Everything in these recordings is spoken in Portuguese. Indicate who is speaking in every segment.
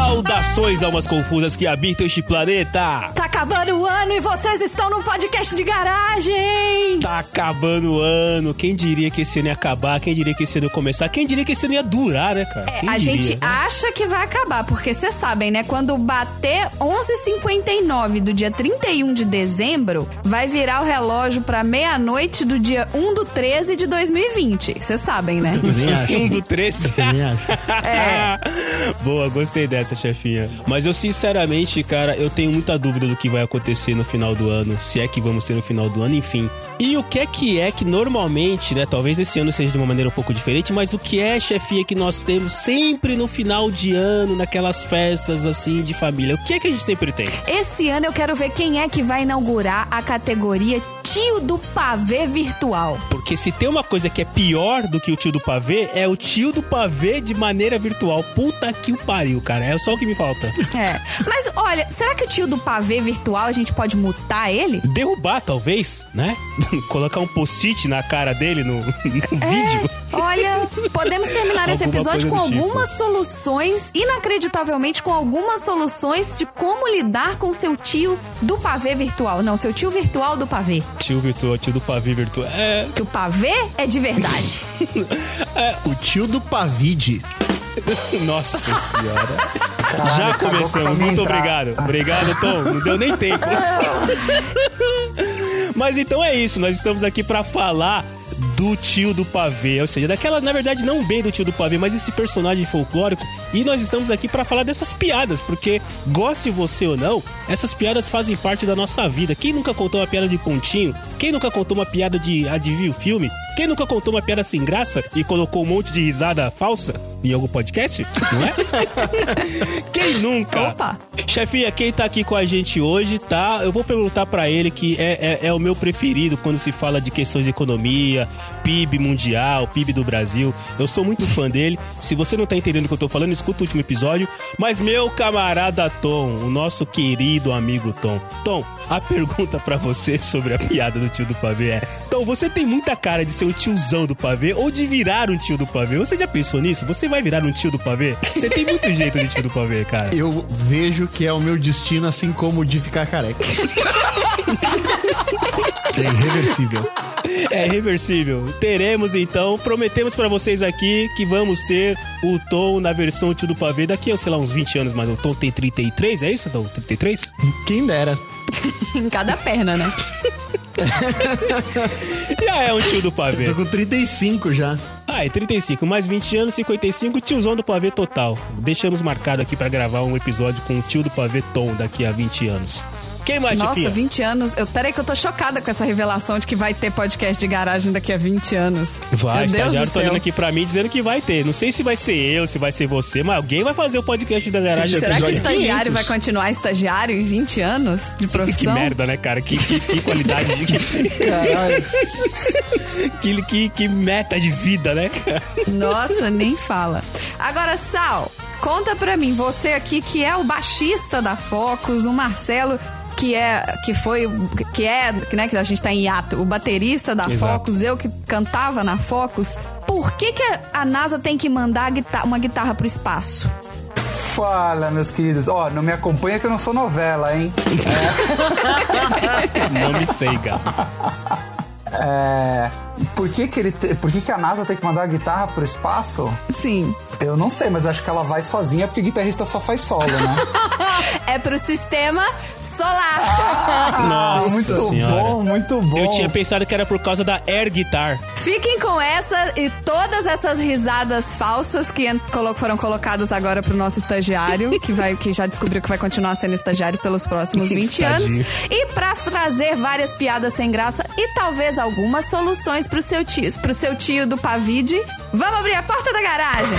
Speaker 1: Saudações, almas confusas que habitam este planeta!
Speaker 2: Tá acabando o ano e vocês estão num podcast de garagem!
Speaker 1: Tá acabando o ano. Quem diria que esse ano ia acabar? Quem diria que esse ano ia começar? Quem diria que esse ano ia durar, né, cara?
Speaker 2: É,
Speaker 1: Quem
Speaker 2: a
Speaker 1: diria,
Speaker 2: gente
Speaker 1: né?
Speaker 2: acha que vai acabar, porque vocês sabem, né? Quando bater 11h59 do dia 31 de dezembro, vai virar o relógio pra meia-noite do dia 1 do 13 de 2020. Vocês sabem, né?
Speaker 3: Também acho.
Speaker 1: Um do três.
Speaker 3: Também acho.
Speaker 1: Boa, gostei dessa, chefinha. Mas eu, sinceramente, cara, eu tenho muita dúvida do que vai acontecer no final do ano. Se é que vamos ter no final do ano, enfim. E o que é que é que normalmente, né? Talvez esse ano seja de uma maneira um pouco diferente, mas o que é, chefinha, que nós temos sempre no final de ano, naquelas festas assim de família? O que é que a gente sempre tem?
Speaker 2: Esse ano eu quero ver quem é que vai inaugurar a categoria Tio do Pavê Virtual.
Speaker 1: Porque se tem uma coisa que é pior do que o tio do pavê, é o tio do pavê de maneira virtual. Puta que o pariu, cara. É só o que me falta.
Speaker 2: É. Mas olha, será que o tio do pavê virtual a gente pode mutar ele?
Speaker 1: derrubar, talvez, né? Colocar um post-it na cara dele no, no
Speaker 4: É.
Speaker 1: vídeo.
Speaker 2: É, Olha, podemos terminar esse
Speaker 1: Alguma
Speaker 2: episódio
Speaker 1: coisa
Speaker 2: com
Speaker 1: do tipo.
Speaker 2: algumas soluções, inacreditavelmente com algumas soluções de como lidar com seu tio do pavê virtual. Não, seu tio virtual do pavê.
Speaker 1: Tio virtual, tio do pavê virtual. É,
Speaker 2: Que o pavê é de verdade.
Speaker 3: O tio do Pavide.
Speaker 1: nossa senhora.
Speaker 4: Caralho,
Speaker 1: Já
Speaker 4: acabou com a
Speaker 1: começamos.
Speaker 4: minha
Speaker 1: Muito
Speaker 4: entrada.
Speaker 1: obrigado. Obrigado, Tom. Não deu nem tempo. Mas então é isso. Nós estamos aqui pra falar do tio do pavê, ou seja, daquela, na verdade, não bem do tio do pavê, mas esse personagem folclórico. E nós estamos aqui pra falar dessas piadas, porque goste você ou não, essas piadas fazem parte da nossa vida. Quem nunca contou uma piada de pontinho? Quem nunca contou uma piada de adivinha o filme? Quem nunca contou uma piada sem graça e colocou um monte de risada falsa em algum podcast? Não é? Quem nunca?
Speaker 2: Opa.
Speaker 1: Chefinha, quem tá aqui com a gente hoje, tá? Eu vou perguntar pra ele que é, é, é o meu preferido quando se fala de questões de economia, PIB mundial, PIB do Brasil. Eu sou muito fã dele. Se você não tá entendendo o que eu tô falando, escuta o último episódio. Mas meu camarada Tom, o nosso querido amigo Tom. Tom, a pergunta pra você sobre a piada do tio do pavê é... Tom, você tem muita cara de ser um tiozão do pavê ou de virar um tio do pavê. Você já pensou nisso? Você vai virar um tio do pavê? Você tem muito jeito de tio do pavê, cara.
Speaker 3: Eu vejo que é o meu destino, assim como o de ficar careca. é irreversível.
Speaker 1: É reversível. Teremos então, prometemos pra vocês aqui que vamos ter o Tom na versão tio do pavê daqui, sei lá, uns 20 anos, mas o Tom tem 33, é isso, Tom? 33?
Speaker 3: Quem dera.
Speaker 2: em cada perna, né?
Speaker 1: Já é um tio do
Speaker 3: Tô
Speaker 1: pavê.
Speaker 3: com 35 já.
Speaker 1: Ah, é 35, mais 20 anos, 55, tiozão do pavê total. Deixamos marcado aqui pra gravar um episódio com o tio do pavê Tom daqui a 20 anos. Quem mais,
Speaker 2: Nossa,
Speaker 1: Chiquinha?
Speaker 2: 20 anos. Eu, peraí que eu tô chocada com essa revelação de que vai ter podcast de garagem daqui a 20 anos.
Speaker 1: Vai,
Speaker 2: Meu Deus do
Speaker 1: estagiário tá
Speaker 2: céu.
Speaker 1: olhando aqui pra mim dizendo que vai ter. Não sei se vai ser eu, se vai ser você, mas alguém vai fazer o podcast da garagem.
Speaker 2: Será que o
Speaker 3: episódio
Speaker 2: estagiário
Speaker 3: 500?
Speaker 2: vai continuar estagiário em 20 anos de
Speaker 1: Que
Speaker 2: profissão?
Speaker 1: merda, né, cara? Que, que, que qualidade, de- que,
Speaker 3: Caralho.
Speaker 1: que, que, que meta de vida, né, cara?
Speaker 2: Nossa, nem fala. Agora, Sal, conta pra mim, você aqui que é o baixista da Focus, o Marcelo que é que foi o- que é né, que a gente tá em hiato, o baterista da
Speaker 1: Exato.
Speaker 2: Focus, eu que cantava na Focus. Por que, que a NASA tem que mandar a guita- uma guitarra pro espaço?
Speaker 4: Fala, meus queridos. Ó, não me acompanha que eu não sou novela, hein?
Speaker 1: Não me sei, cara.
Speaker 4: É... Por que que, ele te- Por que que a NASA tem que mandar a guitarra pro espaço?
Speaker 2: Sim,
Speaker 4: Eu não sei, mas acho que ela vai sozinha porque guitarrista só faz solo, né?
Speaker 2: é pro sistema solar.
Speaker 1: Nossa
Speaker 4: Ah, muito
Speaker 1: senhora.
Speaker 4: bom, muito bom.
Speaker 1: Eu tinha pensado que era por causa da air guitar.
Speaker 2: Fiquem com essa e todas essas risadas falsas que en- colo- foram colocadas agora pro nosso estagiário, que, vai, que já descobriu que vai continuar sendo estagiário pelos próximos 20 anos.
Speaker 1: Tadinho.
Speaker 2: E pra trazer várias piadas sem graça e talvez algumas soluções pro seu tio, pro seu tio do Pavide, vamos abrir a porta da garagem.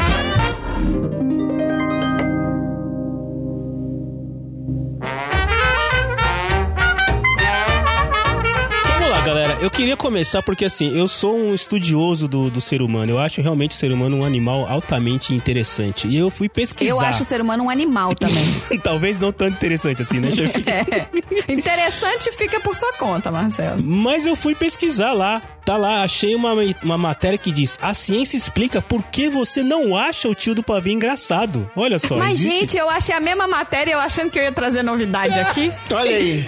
Speaker 1: Vamos lá, galera. eu queria começar porque, assim, eu sou um estudioso do, do ser humano. Eu acho realmente o ser humano um animal altamente interessante. E eu fui pesquisar.
Speaker 2: Eu acho o ser humano um animal também.
Speaker 1: Talvez não tão interessante assim, né, chefe?
Speaker 2: É. Interessante fica por sua conta, Marcelo.
Speaker 1: Mas eu fui pesquisar lá. Tá lá, achei uma, uma matéria que diz: a ciência explica por que você não acha o tio do pavio engraçado. Olha só.
Speaker 2: Mas,
Speaker 1: existe.
Speaker 2: gente, eu achei a mesma matéria, eu achando que eu ia trazer novidade aqui.
Speaker 3: Olha aí.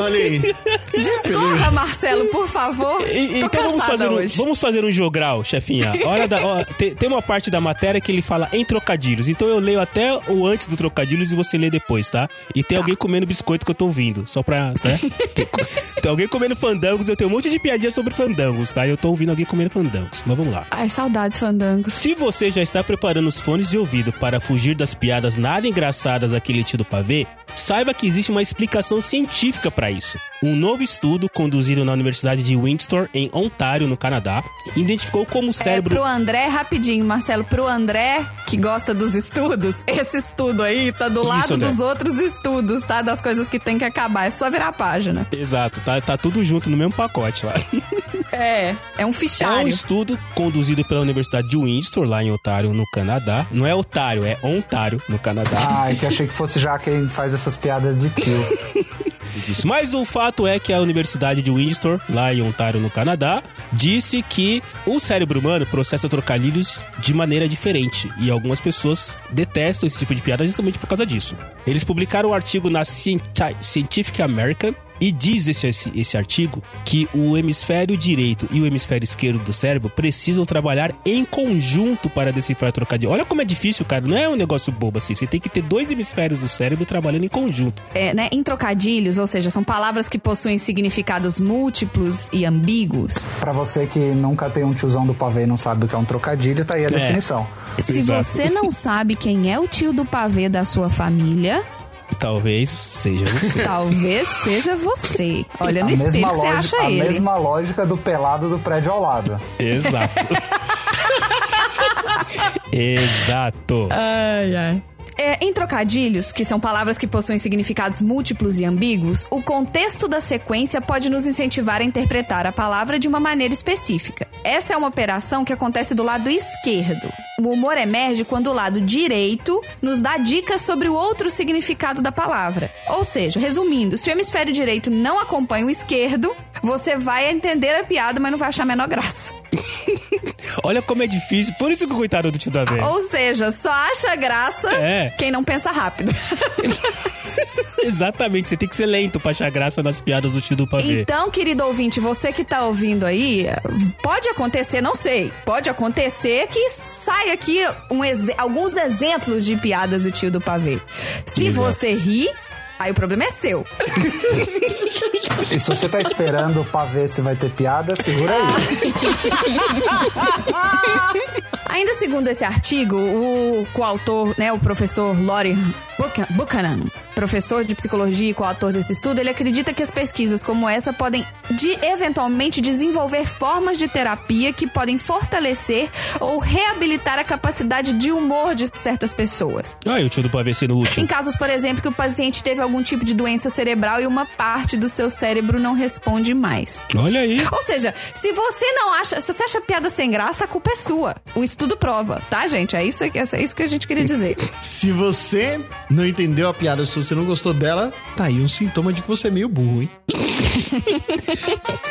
Speaker 3: Olha aí.
Speaker 2: Discorra, Marcelo, por favor.
Speaker 1: E- e-
Speaker 2: Tô
Speaker 1: então
Speaker 2: cansada
Speaker 1: vamos fazer, um,
Speaker 2: hoje.
Speaker 1: vamos fazer um jogral, chefinha. Hora da, ó, te- tem uma parte da matéria que ele fala em trocadilhos. Então eu leio até o antes do trocadilhos e você lê depois, tá? E tem alguém comendo biscoito que eu tô ouvindo. Só pra. Né? tem, co- tem alguém comendo fandangos. Eu tenho um monte de piadinha sobre fandangos, tá? Eu tô ouvindo alguém comendo fandangos. Mas vamos lá.
Speaker 2: Ai, saudades, fandangos.
Speaker 1: Se você já está preparando os fones de ouvido para fugir das piadas nada engraçadas daquele tio do pavê, saiba que existe uma explicação científica para isso. Um novo estudo, conduzido na Universidade de Windsor, em Ontário, no Canadá, identificou como o
Speaker 2: É,
Speaker 1: cérebro.
Speaker 2: pro André, rapidinho, Marcelo, pro André, que gosta dos estudos, esse estudo aí tá do
Speaker 1: Isso,
Speaker 2: lado
Speaker 1: André.
Speaker 2: dos outros estudos, tá? Das coisas que tem que acabar. É só virar a página.
Speaker 1: Exato, tá, tá tudo junto no mesmo pacote lá.
Speaker 2: É, é um
Speaker 1: É um
Speaker 2: fichário.
Speaker 1: estudo conduzido pela Universidade de Windsor, lá em Ontário, no Canadá. Não é Otário, é Ontário, no Canadá.
Speaker 4: Ai, que eu achei que fosse já quem faz essas piadas de tio.
Speaker 1: disso. Mas o fato é que a Universidade de Windsor, lá em Ontário, no Canadá, disse que o cérebro humano processa trocadilhos de maneira diferente. E algumas pessoas detestam esse tipo de piada justamente por causa disso. Eles publicaram um artigo na Scienti- Scientific American. E diz esse, esse, esse artigo que o hemisfério direito e o hemisfério esquerdo do cérebro precisam trabalhar em conjunto para decifrar trocadilho. Olha como é difícil, cara. Não é um negócio bobo assim. Você tem que ter dois hemisférios do cérebro trabalhando em conjunto.
Speaker 2: É, né, em trocadilhos, ou seja, são palavras que possuem significados múltiplos e ambíguos.
Speaker 4: Pra você que nunca tem um tiozão do pavê e não sabe o que é um trocadilho, tá aí a definição.
Speaker 2: Se
Speaker 1: Exato.
Speaker 2: você não sabe quem é o tio do pavê da sua família,
Speaker 1: Talvez seja você.
Speaker 2: talvez seja você. Olha no espelho que você acha
Speaker 4: a
Speaker 2: ele.
Speaker 4: mesma lógica do pelado do prédio ao lado.
Speaker 1: Exato. Exato.
Speaker 2: Ai, ai. É, em trocadilhos, que são palavras que possuem significados múltiplos e ambíguos, o contexto da sequência pode nos incentivar a interpretar a palavra de uma maneira específica. Essa é uma operação que acontece do lado esquerdo. O humor emerge quando o lado direito nos dá dicas sobre o outro significado da palavra. Ou seja, resumindo, se o hemisfério direito não acompanha o esquerdo, você vai entender a piada, mas não vai achar a menor graça.
Speaker 1: Olha como é difícil. Por isso que o coitado do tio da velha.
Speaker 2: Ou seja, só acha graça
Speaker 1: É.
Speaker 2: quem não pensa rápido.
Speaker 1: Exatamente. Você tem que ser lento pra achar graça nas piadas do tio do pavê.
Speaker 2: Então, querido ouvinte, você que tá ouvindo aí, pode acontecer, não sei, pode acontecer que saia aqui um exe- alguns exemplos de piadas do tio do pavê. Se
Speaker 1: Exato.
Speaker 2: você ri, aí o problema é seu.
Speaker 4: E se você tá esperando pra ver se vai ter piada, segura aí.
Speaker 2: Ainda segundo esse artigo, o coautor, né, o professor Lori Bucha- Buchanan, professor de psicologia e coautor desse estudo, ele acredita que as pesquisas como essa podem de eventualmente desenvolver formas de terapia que podem fortalecer ou reabilitar a capacidade de humor de certas pessoas.
Speaker 1: Ai, o tio do pavê sendo
Speaker 2: Em
Speaker 1: útil.
Speaker 2: casos, por exemplo, que o paciente teve algum tipo de doença cerebral e uma parte do seu cérebro não responde mais.
Speaker 1: Olha aí.
Speaker 2: Ou seja, se você não acha, se você acha piada sem graça, a culpa é sua. O estudo prova, tá, gente? É isso, é isso que a gente queria dizer.
Speaker 3: Se você não entendeu a piada, se você não gostou dela, tá aí um sintoma de que você é meio burro, hein?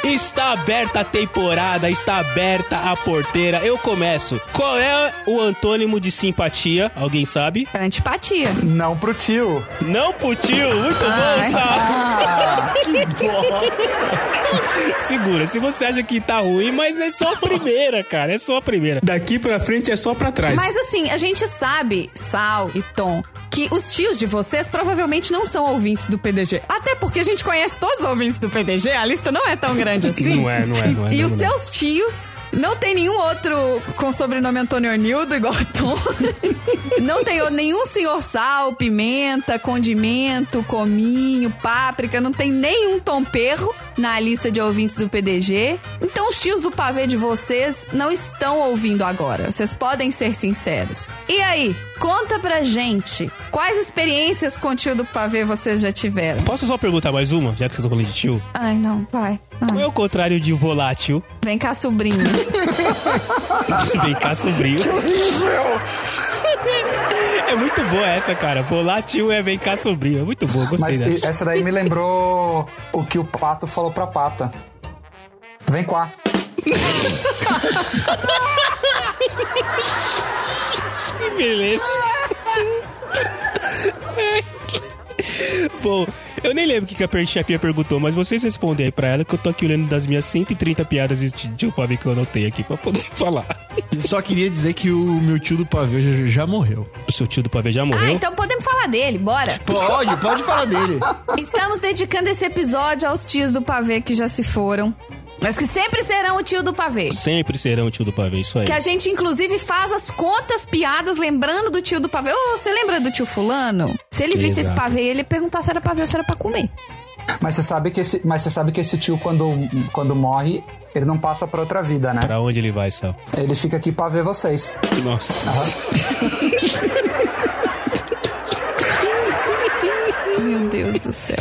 Speaker 1: Está aberta a temporada, está aberta a porteira. Eu começo. Qual é o antônimo de simpatia? Alguém sabe?
Speaker 2: É Antipatia.
Speaker 4: Não pro tio.
Speaker 1: Não pro tio. Muito bom, Sá. Segura. Se você acha que tá ruim, mas é só a primeira, cara. É só a primeira. Daqui pra frente é só pra trás.
Speaker 2: Mas assim, a gente sabe, Sal e Tom, que os tios de vocês provavelmente não são ouvintes do PDG. Até porque a gente conhece todos os ouvintes do PDG, a lista não é tão grande assim.
Speaker 1: Não é, não é, não é,
Speaker 2: E
Speaker 1: não,
Speaker 2: os
Speaker 1: não.
Speaker 2: seus tios não tem nenhum outro com sobrenome Antônio Nildo igual o Tom. não tem o- nenhum senhor sal, pimenta, condimento, cominho, páprica, não tem nenhum Tom Perro na lista de ouvintes do PDG. Então os tios do pavê de vocês não estão ouvindo agora. Vocês podem ser sinceros. E aí? Conta pra gente quais experiências com o tio do pavê vocês já tiveram.
Speaker 1: Posso só perguntar mais uma, já que vocês estão falando de tio?
Speaker 2: Ai, não, vai.
Speaker 1: Qual
Speaker 2: Ai.
Speaker 1: é o contrário de volátil?
Speaker 2: Vem cá, sobrinho.
Speaker 1: Vem cá, sobrinho. É muito boa essa, cara. Volátil é vem cá, sobrinho. É muito boa, gostei
Speaker 4: Mas e-
Speaker 1: dessa.
Speaker 4: essa daí me lembrou o que o pato falou pra pata. Vem cá.
Speaker 1: Que beleza. Bom, eu nem lembro o que que a per- chapinha perguntou, mas vocês respondem aí pra ela que eu tô aqui olhando das minhas 130 piadas de tio pavê que eu anotei aqui pra poder falar.
Speaker 3: Só queria dizer que o meu tio do pavê já, já morreu.
Speaker 1: O seu tio do pavê já
Speaker 2: ah,
Speaker 1: morreu?
Speaker 2: então podemos falar dele, bora.
Speaker 3: Pode, pode falar dele.
Speaker 2: Estamos dedicando esse episódio aos tios do pavê que já se foram, mas que sempre serão o tio do pavê.
Speaker 1: Sempre serão o tio do pavê, isso aí.
Speaker 2: Que a gente, inclusive, faz as contas piadas lembrando do tio do pavê. Ô, você lembra do tio fulano? Se ele visse esse
Speaker 1: Exato.
Speaker 2: pavê, ele ia perguntar se era pavê ou se era pra comer.
Speaker 4: Mas você sabe que esse, mas você sabe que esse tio quando, quando morre, ele não passa pra outra vida, né?
Speaker 1: Pra onde ele vai, Sal?
Speaker 4: Ele fica aqui pra ver vocês.
Speaker 1: Nossa.
Speaker 2: Meu Deus do céu.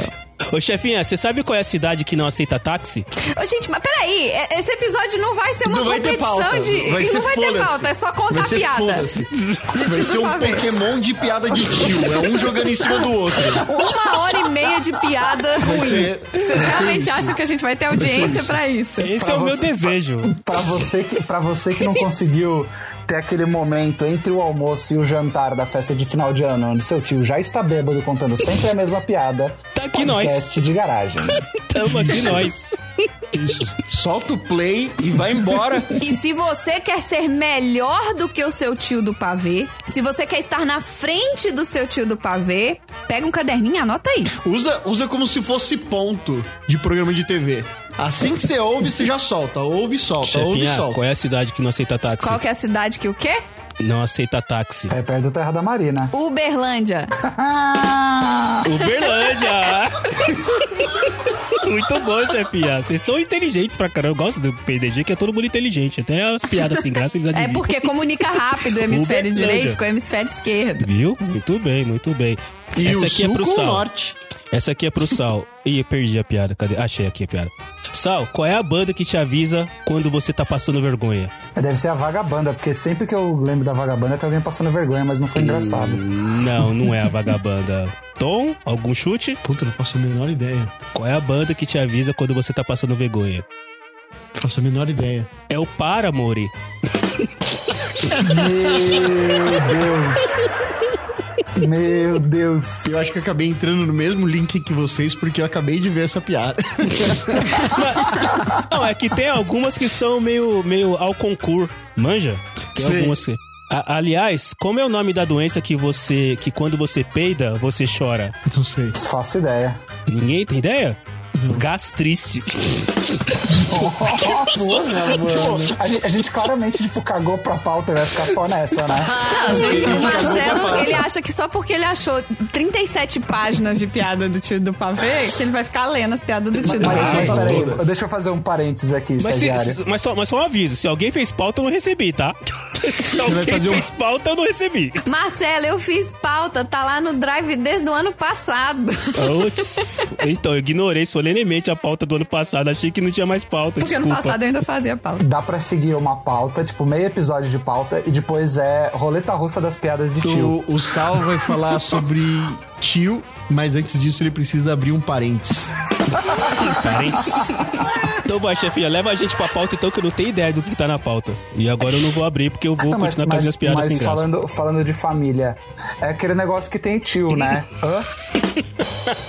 Speaker 1: Ô, chefinha, você sabe qual é a cidade que não aceita táxi?
Speaker 2: Ô, gente, mas peraí, é- esse episódio não vai ser uma
Speaker 3: não vai ter
Speaker 2: competição
Speaker 3: pauta.
Speaker 2: de. e não vai ter
Speaker 3: foda-se.
Speaker 2: pauta, é só
Speaker 3: vai
Speaker 2: contar
Speaker 3: ser
Speaker 2: piada.
Speaker 3: foda-se.
Speaker 2: tio
Speaker 3: Vai
Speaker 2: do
Speaker 3: ser um
Speaker 2: pavê.
Speaker 3: Pokémon de piada de tio. É um jogando em cima do outro.
Speaker 2: Uma hora e meia de piada ruim.
Speaker 3: ser-
Speaker 2: Você
Speaker 3: vai ser
Speaker 2: realmente
Speaker 3: isso.
Speaker 2: acha que a gente vai ter audiência
Speaker 3: isso.
Speaker 2: pra isso?
Speaker 1: Esse
Speaker 4: Pra
Speaker 1: é o meu
Speaker 4: você-
Speaker 1: desejo.
Speaker 4: Pra você que para você que não conseguiu ter aquele momento entre o almoço e o jantar da festa de final de ano, onde seu tio já está bêbado contando sempre a mesma piada.
Speaker 1: Tá aqui nós.
Speaker 4: Podcast de garagem.
Speaker 1: Tamo aqui nós.
Speaker 3: Isso. Solta o play e vai embora.
Speaker 2: E se você quer ser melhor do que o seu tio do pavê, se você quer estar na frente do seu tio do pavê, pega um caderninho e anota aí.
Speaker 3: Usa, usa como se fosse ponto de programa de TV. Assim que você ouve, você já solta. Ouve e solta, ouve e
Speaker 1: Chefinha,
Speaker 3: solta.
Speaker 1: qual é a cidade que não aceita táxi?
Speaker 2: Qual que é a cidade que o quê?
Speaker 1: Não aceita táxi.
Speaker 4: É perto da Terra da Marina.
Speaker 2: Uberlândia.
Speaker 1: Uberlândia! Muito bom, chefinha. Vocês estão inteligentes pra caramba. Eu gosto do PDG, que é todo mundo inteligente. Até as piadas assim, sem graça eles
Speaker 2: É
Speaker 1: adivinham.
Speaker 2: porque comunica rápido o hemisfério
Speaker 1: Uberlândia.
Speaker 2: direito com o hemisfério esquerdo.
Speaker 1: Viu? Muito bem, muito bem.
Speaker 3: E
Speaker 1: Essa
Speaker 3: o
Speaker 1: aqui
Speaker 3: sul
Speaker 1: é pro
Speaker 3: com o
Speaker 1: Sal.
Speaker 3: norte.
Speaker 1: Essa aqui é pro Sal. Ih, eu perdi a piada. Cadê? Achei aqui a piada. Sal, qual é a banda que te avisa quando você tá passando vergonha?
Speaker 4: Deve ser a vagabanda, porque sempre que eu lembro da vagabanda tem alguém passando vergonha, mas não foi engraçado.
Speaker 1: Não, não é a vagabanda. Tom, algum chute?
Speaker 3: Puta, não faço a menor ideia.
Speaker 1: Qual é a banda que te avisa quando você tá passando vergonha?
Speaker 3: Não faço a menor ideia.
Speaker 1: É o Paramore.
Speaker 4: Meu Deus! Meu Deus!
Speaker 3: Eu acho que eu acabei entrando no mesmo link que vocês, porque eu acabei de ver essa piada.
Speaker 1: Não, é que tem algumas que são meio, meio ao concurso. Manja? Tem
Speaker 3: Sei.
Speaker 1: algumas que... A- aliás, como é o nome da doença que você... Que quando você peida, você chora?
Speaker 3: Não sei.
Speaker 4: Faço ideia.
Speaker 1: Ninguém tem ideia?
Speaker 4: Uhum.
Speaker 1: Gastriste.
Speaker 4: Tipo, a gente, a gente claramente, tipo, cagou pra pauta e vai ficar só nessa, né?
Speaker 2: Não, gente, o
Speaker 4: tá
Speaker 2: Marcelo, ele acha que só porque ele achou 37 páginas de piada do tio do pavê, que ele vai ficar lendo as piadas do tio do
Speaker 4: Mas,
Speaker 2: pavê.
Speaker 4: mas
Speaker 3: tá
Speaker 4: peraí,
Speaker 3: todas.
Speaker 4: deixa eu fazer um parênteses aqui,
Speaker 1: Ah, Mas, se-
Speaker 4: estagiário.
Speaker 1: mas só, mas só um aviso, se alguém fez pauta, eu não recebi, tá? Se
Speaker 3: vai
Speaker 1: alguém
Speaker 3: fazer um-
Speaker 1: fez pauta, eu não recebi.
Speaker 2: Marcelo, eu fiz pauta, tá lá no drive desde o ano passado.
Speaker 1: Putz. Então, eu ignorei solenemente a pauta do ano passado. Achei que não tinha mais pauta,
Speaker 2: Porque ano
Speaker 1: desculpa.
Speaker 2: passado eu ainda fazia pauta.
Speaker 4: Dá pra seguir uma pauta, tipo, meio episódio de pauta, e depois é roleta russa das piadas de tio.
Speaker 3: O, o Sal vai falar sobre tio, mas antes disso ele precisa abrir um parênteses.
Speaker 1: Parênteses. Então vai, chefinha, leva a gente pra pauta então que eu não tenho ideia do que tá na pauta. E agora eu não vou abrir porque eu vou
Speaker 4: Não, Ah, tá,
Speaker 1: continuar
Speaker 4: mas,
Speaker 1: com as minhas
Speaker 4: mas,
Speaker 1: piadas
Speaker 4: mas
Speaker 1: sem graça.
Speaker 4: falando, falando de família, é aquele negócio que tem tio, né? Hã?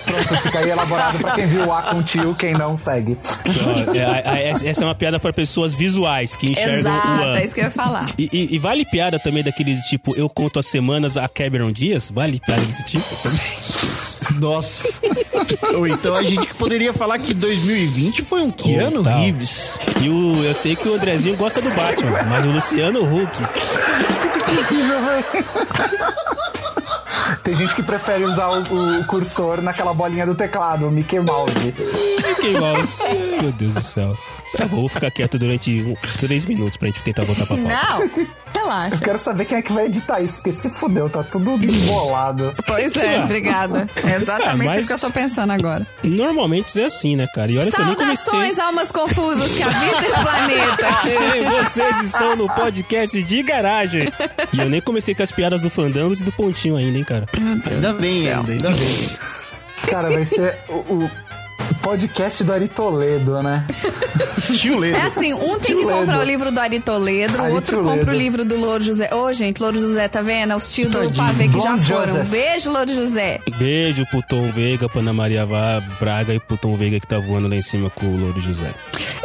Speaker 4: Pronto, fica aí elaborado pra quem viu o A com tio, quem não segue.
Speaker 1: Ó, é, a- a- essa é uma piada pra pessoas visuais que enxergam o
Speaker 2: Exato,
Speaker 1: ano.
Speaker 2: é isso que eu ia falar.
Speaker 1: E, e- e vale piada também daquele tipo, eu conto as semanas a Cameron Dias? Vale piada desse tipo?
Speaker 3: Nossa. Ou então a gente poderia falar que 2020 foi um que
Speaker 1: Oh,
Speaker 3: ano
Speaker 1: tal.
Speaker 3: Rives.
Speaker 1: E o, eu sei que o Andrezinho gosta do Batman, mas o Luciano Huck.
Speaker 4: Tem gente que prefere usar o, o cursor naquela bolinha do teclado, o Mickey Mouse.
Speaker 1: Mickey Mouse. Ai, Meu Deus do céu. Tá bom, vou ficar quieto durante um- três minutos pra gente tentar voltar pra pauta.
Speaker 2: Não,
Speaker 4: Eu
Speaker 5: relaxa.
Speaker 4: quero saber quem é que vai editar isso, porque se fudeu, tá tudo embolado.
Speaker 2: Pois é, obrigada. É exatamente
Speaker 1: Ah, mas-
Speaker 2: isso que eu tô pensando agora.
Speaker 1: Normalmente é assim, né, cara? E olha que eu nem comecei.
Speaker 2: Saudações, almas confusas que habitam esse planeta.
Speaker 1: Ei, É, vocês estão no podcast de garagem. E eu nem comecei com as piadas do Fandangos e do Pontinho ainda, hein, cara?
Speaker 3: Ainda bem, ainda, ainda bem.
Speaker 4: Cara, vai ser o, o podcast do Ari Toledo, né?
Speaker 3: Tio Ledo.
Speaker 2: É assim, um tem que
Speaker 4: Tio
Speaker 2: comprar
Speaker 4: Ledo.
Speaker 2: o livro do Ari Toledo, o
Speaker 4: Ari
Speaker 2: outro
Speaker 4: Toledo.
Speaker 2: compra o livro do Louro José. Ô, gente, Louro José, tá vendo? Os tios do
Speaker 4: Tadinho.
Speaker 2: pavê que já
Speaker 4: Bom
Speaker 2: foram.
Speaker 4: Joseph.
Speaker 2: Beijo, Louro José.
Speaker 1: Beijo pro Tom Veiga, pra Ana Maria Vá- Braga e pro Tom Veiga que tá voando lá em cima com o Louro José.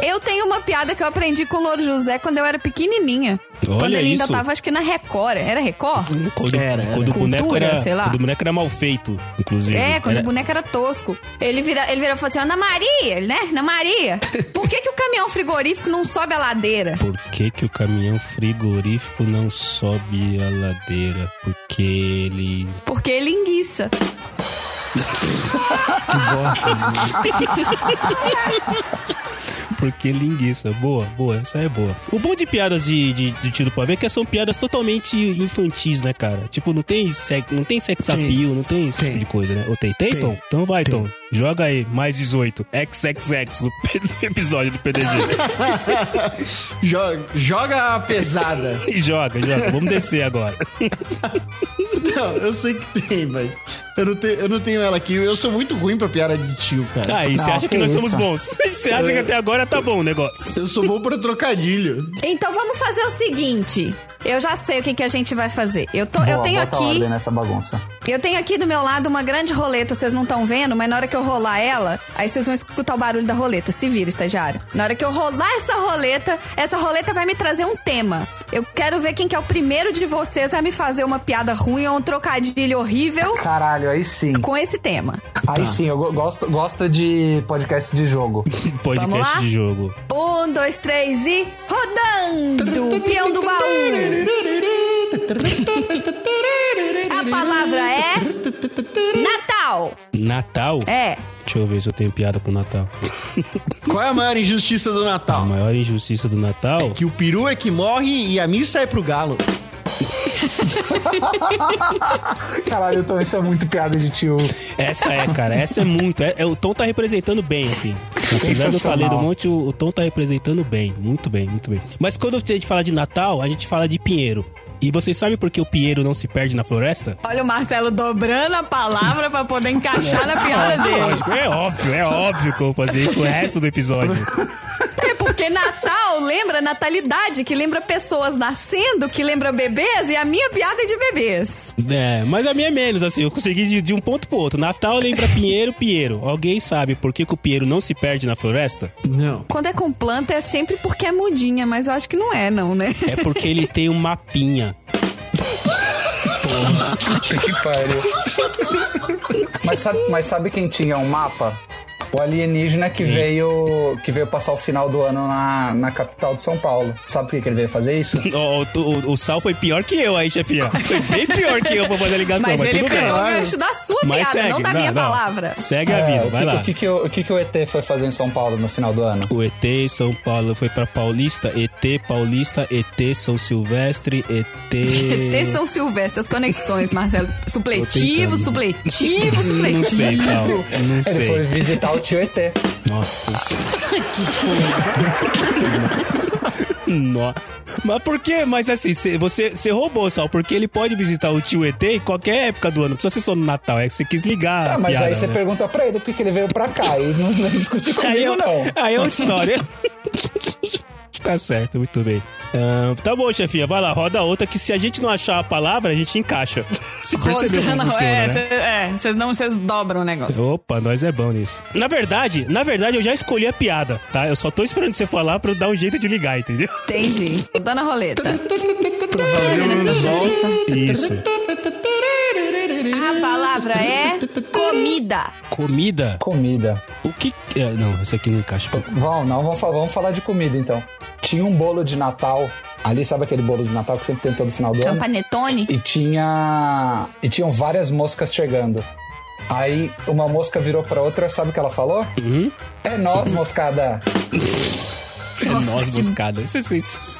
Speaker 2: Eu tenho uma piada que eu aprendi com o Louro José quando eu era pequenininha.
Speaker 1: Olha
Speaker 2: quando ele ainda
Speaker 1: isso.
Speaker 2: tava, acho que na Record. Era Record?
Speaker 1: Quando,
Speaker 3: Era, era.
Speaker 1: quando o boneco
Speaker 2: Cultura,
Speaker 1: era,
Speaker 2: sei lá.
Speaker 1: Quando o boneco era mal feito, inclusive.
Speaker 2: É, quando
Speaker 1: Era-
Speaker 2: o boneco era tosco. Ele vira, ele vira e falou assim: Ana Maria, né? Ana Maria, por que, que o caminhão frigorífico não sobe a ladeira?
Speaker 1: Por que, que o caminhão frigorífico não sobe a ladeira? Porque ele.
Speaker 2: Porque ele enguiça.
Speaker 1: Porque linguiça. Boa, boa, essa é boa. O bom de piadas de, de, de tiro pra ver é que são piadas totalmente infantis, né, cara? Tipo, não tem sex, não tem sex
Speaker 3: Tem.
Speaker 1: appeal, não tem esse
Speaker 3: Tem.
Speaker 1: tipo de coisa, né? Ou tem? Tem,
Speaker 3: Tem.
Speaker 1: Tom? Então vai,
Speaker 3: Tem.
Speaker 1: Tom. Joga aí, mais 18. XXX no episódio do PDG.
Speaker 3: Jo- Joga a pesada.
Speaker 1: E joga, joga. Vamos descer agora.
Speaker 3: Não, eu sei que tem, mas eu não, tenho, eu não tenho ela aqui. Eu sou muito ruim pra piada de tio, cara.
Speaker 1: Tá Aí, você
Speaker 4: Não,
Speaker 1: acha que
Speaker 4: que
Speaker 1: nós
Speaker 4: isso.
Speaker 1: somos bons. Você acha que até agora tá bom o negócio.
Speaker 3: Eu sou bom pra trocadilho.
Speaker 2: Então vamos fazer o seguinte. Eu já sei o que, que a gente vai fazer. Eu, tô, eu
Speaker 4: Boa,
Speaker 2: tenho
Speaker 4: bota
Speaker 2: aqui.
Speaker 4: ordem né? nessa bagunça.
Speaker 2: Eu tenho aqui do meu lado uma grande roleta, vocês não estão vendo, mas na hora que eu rolar ela, aí vocês vão escutar o barulho da roleta. Se vira, estagiário. Na hora que eu rolar essa roleta, essa roleta vai me trazer um tema. Eu quero ver quem que é o primeiro de vocês a me fazer uma piada ruim ou um trocadilho horrível
Speaker 4: Caralho, aí sim.
Speaker 2: com esse tema.
Speaker 1: Tá.
Speaker 4: Aí sim, eu go- gosto, gosto de podcast de jogo.
Speaker 2: Vamos lá?
Speaker 1: Podcast de jogo.
Speaker 2: Um, dois, três e rodando! Peão do baú! A palavra é Natal.
Speaker 1: Natal?
Speaker 2: É.
Speaker 1: Deixa eu ver se eu tenho piada pro Natal.
Speaker 3: Qual é a maior injustiça do
Speaker 1: A
Speaker 3: Natal?
Speaker 1: maior injustiça do Natal?
Speaker 3: Que o peru é que morre e a missa é pro galo.
Speaker 4: Caralho, então isso é muito piada de tio.
Speaker 1: Essa é, cara. Essa é muito. É, é- o Tom tá representando bem, assim. Apesar do
Speaker 4: Sensacional.
Speaker 1: talento um monte, o, o Tom tá representando bem. Muito bem, muito bem. Mas quando a gente fala de Natal, a gente fala de Pinheiro. E vocês sabem por que o Pinheiro não se perde na floresta?
Speaker 2: Olha o Marcelo dobrando a palavra pra poder encaixar na piada dele.
Speaker 1: Lógico, é óbvio, é óbvio que eu vou fazer isso o resto do episódio.
Speaker 2: É porque Natal lembra natalidade, que lembra pessoas nascendo, que lembra bebês, e a minha piada é de bebês.
Speaker 1: É, mas a minha é menos, assim, eu consegui de, de um ponto pro outro. Natal lembra Pinheiro, Pinheiro. Alguém sabe por que, que o Pinheiro não se perde na floresta?
Speaker 3: Não.
Speaker 2: Quando é com planta é sempre porque é mudinha, mas eu acho que não é, não, né?
Speaker 1: É porque ele tem um mapinha.
Speaker 4: Que pariu. mas, sabe, mas sabe quem tinha um mapa? O alienígena que veio que veio passar o final do ano na, na capital de São Paulo. Sabe por que, que ele veio fazer isso?
Speaker 1: O, o, o- o Sal foi pior que eu aí, chefinha. Foi
Speaker 4: assim?
Speaker 1: bem pior que eu pra fazer a ligação, mas,
Speaker 2: Mas ele
Speaker 1: tudo bem.
Speaker 2: pegou o gancho da sua
Speaker 1: Mas
Speaker 2: piada,
Speaker 1: segue,
Speaker 2: não da minha palavra.
Speaker 1: Segue a
Speaker 4: É,
Speaker 1: vida,
Speaker 4: o
Speaker 1: vai
Speaker 4: que,
Speaker 1: lá.
Speaker 4: O que, que o, o que, que o ET foi fazer em São Paulo no final do ano?
Speaker 1: O ET em São Paulo foi pra Paulista, ET Paulista, ET São Silvestre, ET...
Speaker 2: ET São Silvestre, as conexões, Marcelo. Supletivo,
Speaker 1: É. Tô tentando.
Speaker 2: supletivo,
Speaker 1: Não sei,
Speaker 2: supletivo.
Speaker 1: Sal. Não
Speaker 4: Ele foi
Speaker 1: sei.
Speaker 4: visitar o tio ET.
Speaker 1: Nossa. No- Mas por quê? Mas assim, cê- você, você roubou, Sal, porque ele pode visitar o tio ET em qualquer época do ano. Não precisa ser só no Natal, é que você quis ligar. a
Speaker 4: Ah, mas
Speaker 1: piada,
Speaker 4: aí você
Speaker 1: né?
Speaker 4: pergunta pra ele por que que ele veio pra cá. E não vem discutir
Speaker 1: Aí é,
Speaker 4: comigo, não.
Speaker 1: aí é outra história. tá certo, muito bem. Ahn, tá bom, chefinha, vai lá, roda outra que se a gente não achar a palavra, a gente encaixa. Você percebeu como
Speaker 2: Rodando,
Speaker 1: funciona,
Speaker 2: é,
Speaker 1: né?
Speaker 2: cê- é, vocês não, vocês dobram o negócio.
Speaker 1: Opa, nós é bom nisso. Na verdade, na verdade, eu já escolhi a piada, tá? Eu só tô esperando você falar pra eu dar um jeito de ligar, entendeu?
Speaker 2: Entendi. Tô dando a roleta.
Speaker 3: Pra fazer um sol.
Speaker 1: Isso.
Speaker 2: A palavra é comida.
Speaker 1: Comida.
Speaker 4: Comida.
Speaker 1: O que. é, não, essa aqui não encaixa.
Speaker 4: Vamos, não, vamos, fa- vamos falar de comida então. Tinha um bolo de Natal. Ali, sabe aquele bolo de Natal que sempre tem todo final do ano?
Speaker 2: Campanetone.
Speaker 4: E tinha. E tinham várias moscas chegando. Aí uma mosca virou pra outra, sabe o que ela falou?
Speaker 1: Uhum.
Speaker 4: É nós, moscada!
Speaker 1: É nós buscada. Isso, isso, isso.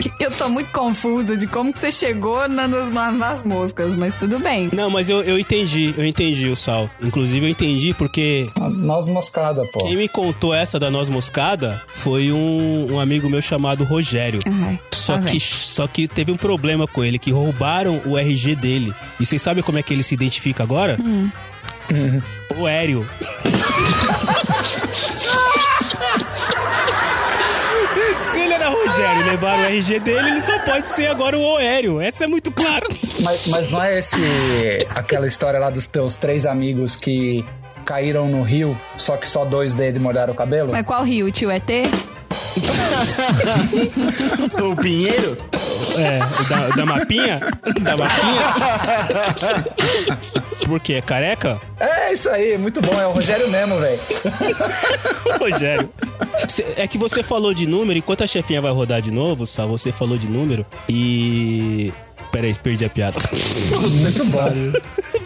Speaker 2: Que, Eu tô muito confusa de como que você chegou na- nas, nas moscas, mas tudo bem.
Speaker 1: Não, mas eu, eu entendi, eu entendi o Sal. Inclusive, eu entendi porque
Speaker 4: Nós moscada, pô.
Speaker 1: quem me contou essa da noz moscada foi um, um amigo meu chamado Rogério.
Speaker 2: Ai,
Speaker 1: Só
Speaker 2: tá
Speaker 1: que,
Speaker 2: vendo?
Speaker 1: só que teve um problema com ele, que roubaram o RG dele. E vocês sabem como é que ele se identifica agora?
Speaker 2: Hum.
Speaker 1: O Héreo. se ele era Rogério e levaram o RG dele, ele só pode ser agora o Héreo. Essa é muito claro.
Speaker 4: Mas, mas não é esse aquela história lá dos teus três amigos que caíram no rio, só que só dois deles molharam o cabelo?
Speaker 2: Mas qual rio? O tio é ET?
Speaker 3: O Pinheiro?
Speaker 1: É, o da, o da mapinha? Da mapinha? Porque é careca?
Speaker 4: É isso aí, muito bom, é o Rogério mesmo, velho.
Speaker 1: Rogério. Cê- É que você falou de número, enquanto a chefinha vai rodar de novo, Sal, você falou de número e. Peraí, perdi a piada.
Speaker 4: Muito bom.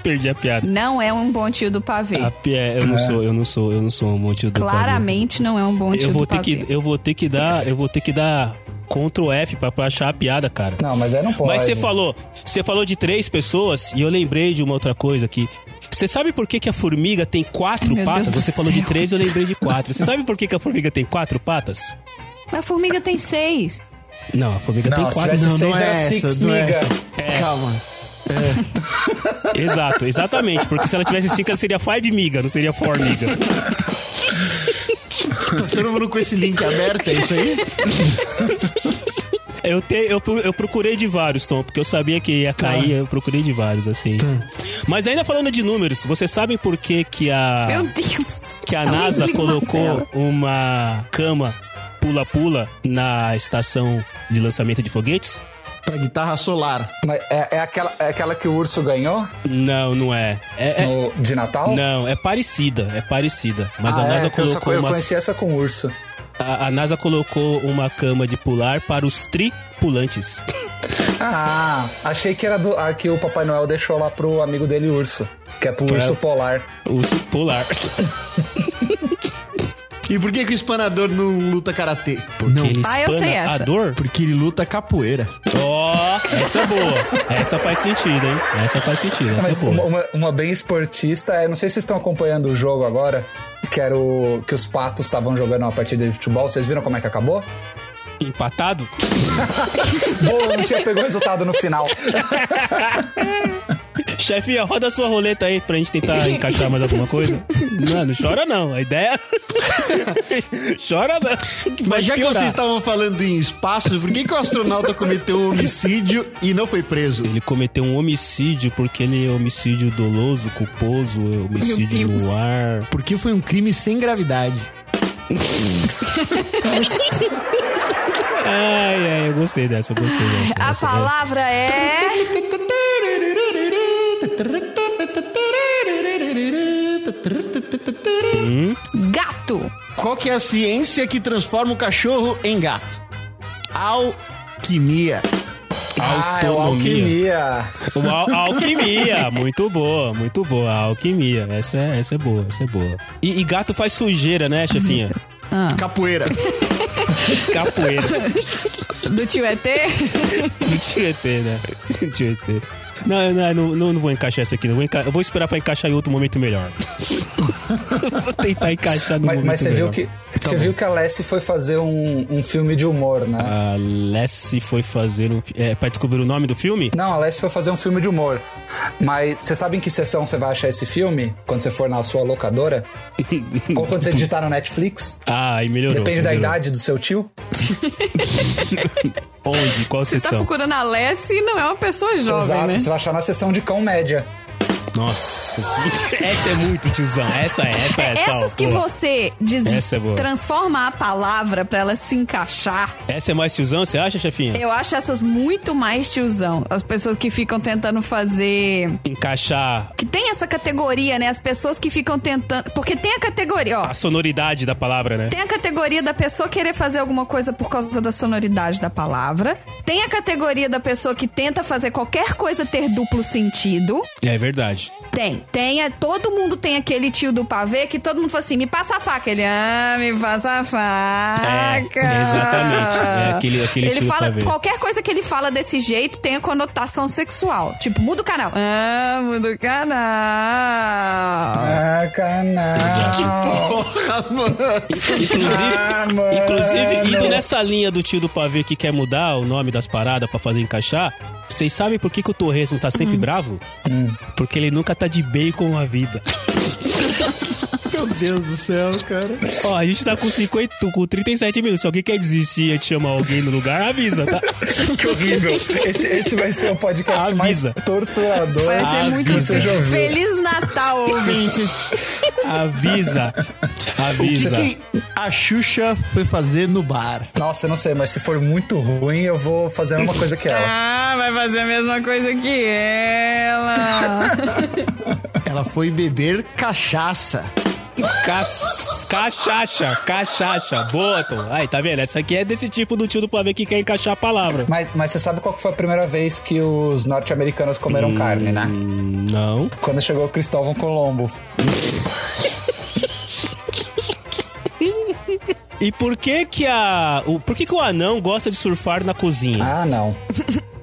Speaker 1: perdi a piada.
Speaker 2: Não é um bom tio do pavê.
Speaker 1: A pi- é, eu não sou, eu não sou, eu não sou um monte do
Speaker 2: Claramente não é um bom
Speaker 1: pavê.
Speaker 2: tio
Speaker 1: Eu vou
Speaker 2: do
Speaker 1: ter
Speaker 2: pavê.
Speaker 1: que, eu vou ter que dar, eu vou ter que dar Ctrl F pra, pra achar a piada, cara.
Speaker 4: Não, mas aí não pode.
Speaker 1: Mas você falou, você falou de três pessoas e eu lembrei de uma outra coisa aqui. Você sabe por que, que a formiga tem quatro
Speaker 2: Ai, meu
Speaker 1: patas?
Speaker 2: Deus do
Speaker 1: Você falou de
Speaker 2: céu.
Speaker 1: três, eu lembrei de quatro. Você sabe por que, que a formiga tem quatro patas?
Speaker 2: Mas a formiga tem seis.
Speaker 1: Não, a formiga
Speaker 4: Não,
Speaker 1: tem
Speaker 4: se
Speaker 1: quatro.
Speaker 4: tivesse
Speaker 1: Não,
Speaker 4: seis
Speaker 1: não é.
Speaker 4: era
Speaker 3: essa,
Speaker 4: six,
Speaker 3: não é
Speaker 4: miga.
Speaker 3: Calma.
Speaker 1: É. Exato, exatamente. Porque se ela tivesse cinco, ela seria five miga, não seria four miga.
Speaker 3: Tá todo mundo com esse link aberto, é isso aí?
Speaker 1: Eu, te, eu, pro- eu procurei de vários, Tom, porque eu sabia que ia
Speaker 4: Tá.
Speaker 1: cair, eu procurei de vários, assim. Mas ainda falando de números, vocês sabem por que que a...
Speaker 2: Meu Deus.
Speaker 1: Ah. que a
Speaker 2: Tá
Speaker 1: NASA
Speaker 2: lindo,
Speaker 1: colocou
Speaker 2: Marcelo.
Speaker 1: uma cama pula-pula na estação de lançamento de foguetes?
Speaker 3: Pra guitarra solar.
Speaker 4: Mas é, é aquela, é aquela que o urso ganhou
Speaker 1: Não, não é. É- é-
Speaker 4: no- de Natal?
Speaker 1: não, é parecida, é parecida. Mas
Speaker 4: Ah,
Speaker 1: a
Speaker 4: é,
Speaker 1: NASA
Speaker 4: eu só-
Speaker 1: colocou
Speaker 4: eu
Speaker 1: uma
Speaker 4: conheci essa com urso.
Speaker 1: a, a NASA colocou uma cama de pular para os tripulantes.
Speaker 4: Ah, achei que era do, a que o Papai Noel deixou lá pro amigo dele urso. Que é pro urso polar.
Speaker 1: Os polar.
Speaker 3: E por que, que o espanador não luta karatê?
Speaker 1: Porque ele
Speaker 2: Ah, eu
Speaker 1: espana
Speaker 2: sei essa.
Speaker 1: a dor.
Speaker 3: Porque ele luta capoeira.
Speaker 1: Ó, essa é boa. Essa faz sentido, hein? Essa faz sentido, essa
Speaker 4: Mas
Speaker 1: é
Speaker 4: uma,
Speaker 1: boa.
Speaker 4: uma- uma bem esportista, é, não sei se vocês estão acompanhando o jogo agora, que era o que os patos estavam jogando uma partida de futebol. Vocês viram como é que acabou?
Speaker 1: Empatado?
Speaker 4: Boa, não tinha pegou o resultado no final.
Speaker 1: É Chefinha, roda a sua roleta aí pra gente tentar encaixar mais alguma coisa. Não, não chora não. A ideia. chora não. que vai
Speaker 3: Mas já que
Speaker 1: piorar.
Speaker 3: vocês tá- estavam falando em espaço, por que, que o astronauta cometeu um homicídio e não foi preso?
Speaker 1: Ele cometeu um homicídio porque ele é homicídio doloso, culposo, é homicídio
Speaker 2: Meu Deus.
Speaker 1: no ar.
Speaker 3: Porque foi um crime sem gravidade.
Speaker 1: Ai, ai, eu gostei dessa, eu gostei dessa.
Speaker 2: A
Speaker 1: Essa-
Speaker 2: palavra é. Gato.
Speaker 3: Qual que é a ciência que transforma o cachorro em gato? Alquimia.
Speaker 4: Ah, é o
Speaker 1: Autonomia.
Speaker 4: alquimia.
Speaker 1: Uma al- alquimia, muito boa, muito boa. A alquimia, essa é, essa é boa, essa é boa. E, e gato faz sujeira, né, chefinha?
Speaker 3: Capoeira.
Speaker 1: Capoeira.
Speaker 2: Do tio Tá ET?
Speaker 1: Do Tietê, né? Do Tietê. Não, não, não, não, não vou encaixar essa aqui. Não. Vou enca- Eu vou esperar pra encaixar em outro momento melhor. vou tentar encaixar no
Speaker 4: Mas,
Speaker 1: momento
Speaker 4: mas você viu
Speaker 1: melhor.
Speaker 4: que você viu que a Lessie foi fazer um, um filme de humor, né?
Speaker 1: A Lessie foi fazer um... fi- É, pra descobrir o nome do filme?
Speaker 4: Não, a Lessie foi fazer um filme de humor. Mas você sabe em que sessão você vai achar esse filme? Quando você for na sua locadora? Ou quando você digitar no Netflix?
Speaker 1: Ah, aí melhorou.
Speaker 4: Depende da
Speaker 1: melhorou.
Speaker 4: idade do seu tio.
Speaker 1: Onde? Qual
Speaker 2: Você tá
Speaker 1: sessão?
Speaker 2: procurando a Lessie e não é uma pessoa jovem,
Speaker 4: Exato,
Speaker 2: né?
Speaker 4: você vai achar na sessão de cão média.
Speaker 1: Nossa, essa é muito tiozão. Essa é, essa é.
Speaker 2: É essas
Speaker 1: Sal,
Speaker 2: que
Speaker 1: boa.
Speaker 2: você diz,
Speaker 1: Essa é boa.
Speaker 2: transforma a palavra pra ela se encaixar.
Speaker 1: Essa é mais tiozão, você acha, chefinha?
Speaker 2: Eu acho essas muito mais tiozão. As pessoas que ficam tentando fazer
Speaker 1: Encaixar
Speaker 2: Que tem essa categoria, né? As pessoas que ficam tentando. Porque tem a categoria, ó.
Speaker 1: a sonoridade da palavra, né?
Speaker 2: Tem a categoria da pessoa querer fazer alguma coisa por causa da sonoridade da palavra. Tem a categoria da pessoa que tenta fazer qualquer coisa ter duplo sentido.
Speaker 1: É verdade. verdade.
Speaker 2: Tem. Tem, é- todo mundo tem aquele tio do pavê que todo mundo fala assim, me passa a faca. Ele, ah, me passa a faca.
Speaker 1: É, exatamente. É aquele- aquele
Speaker 2: ele
Speaker 1: tio do
Speaker 2: fala,
Speaker 1: pavê.
Speaker 2: qualquer coisa que ele fala desse jeito tem a conotação sexual. Tipo, muda o canal. Ah, muda o canal.
Speaker 4: Ah, canal.
Speaker 3: Porra, mano.
Speaker 1: Inclusive,
Speaker 4: Ah, mano.
Speaker 1: inclusive, indo nessa linha do tio do pavê que quer mudar o nome das paradas pra fazer encaixar, vocês sabem por que, que o Torresmo tá sempre bravo? Porque ele nunca tá de bem com a vida.
Speaker 3: Meu Deus do céu, cara.
Speaker 1: Ó, a gente tá com 50, com 37 minutos. Se alguém quer desistir e te chamar alguém no lugar, avisa, tá?
Speaker 4: Que horrível. Esse, esse vai ser o podcast
Speaker 1: Avisa.
Speaker 4: mais torturador.
Speaker 2: Vai
Speaker 1: Ah,
Speaker 2: ser muito...
Speaker 4: que você já ouviu.
Speaker 2: Feliz Natal, ouvintes.
Speaker 1: Avisa.
Speaker 3: O
Speaker 1: Avisa.
Speaker 3: que a Xuxa foi fazer no bar?
Speaker 4: Nossa, eu não sei, mas se for muito ruim, eu vou fazer a mesma coisa que ela.
Speaker 2: Ah, vai fazer a mesma coisa que ela.
Speaker 3: Ela foi beber cachaça.
Speaker 1: Cas- Cachaça, cachaça. Boa, Tom. Aí, tá vendo? Essa aqui é desse tipo do tio do pavê que quer encaixar a palavra.
Speaker 4: Mas, mas você sabe qual que foi a primeira vez que os norte-americanos comeram carne, né?
Speaker 1: Hum, Não.
Speaker 4: Quando chegou Cristóvão Colombo.
Speaker 1: E por que que a... O, por que que o anão gosta de surfar na cozinha?
Speaker 4: Ah, não.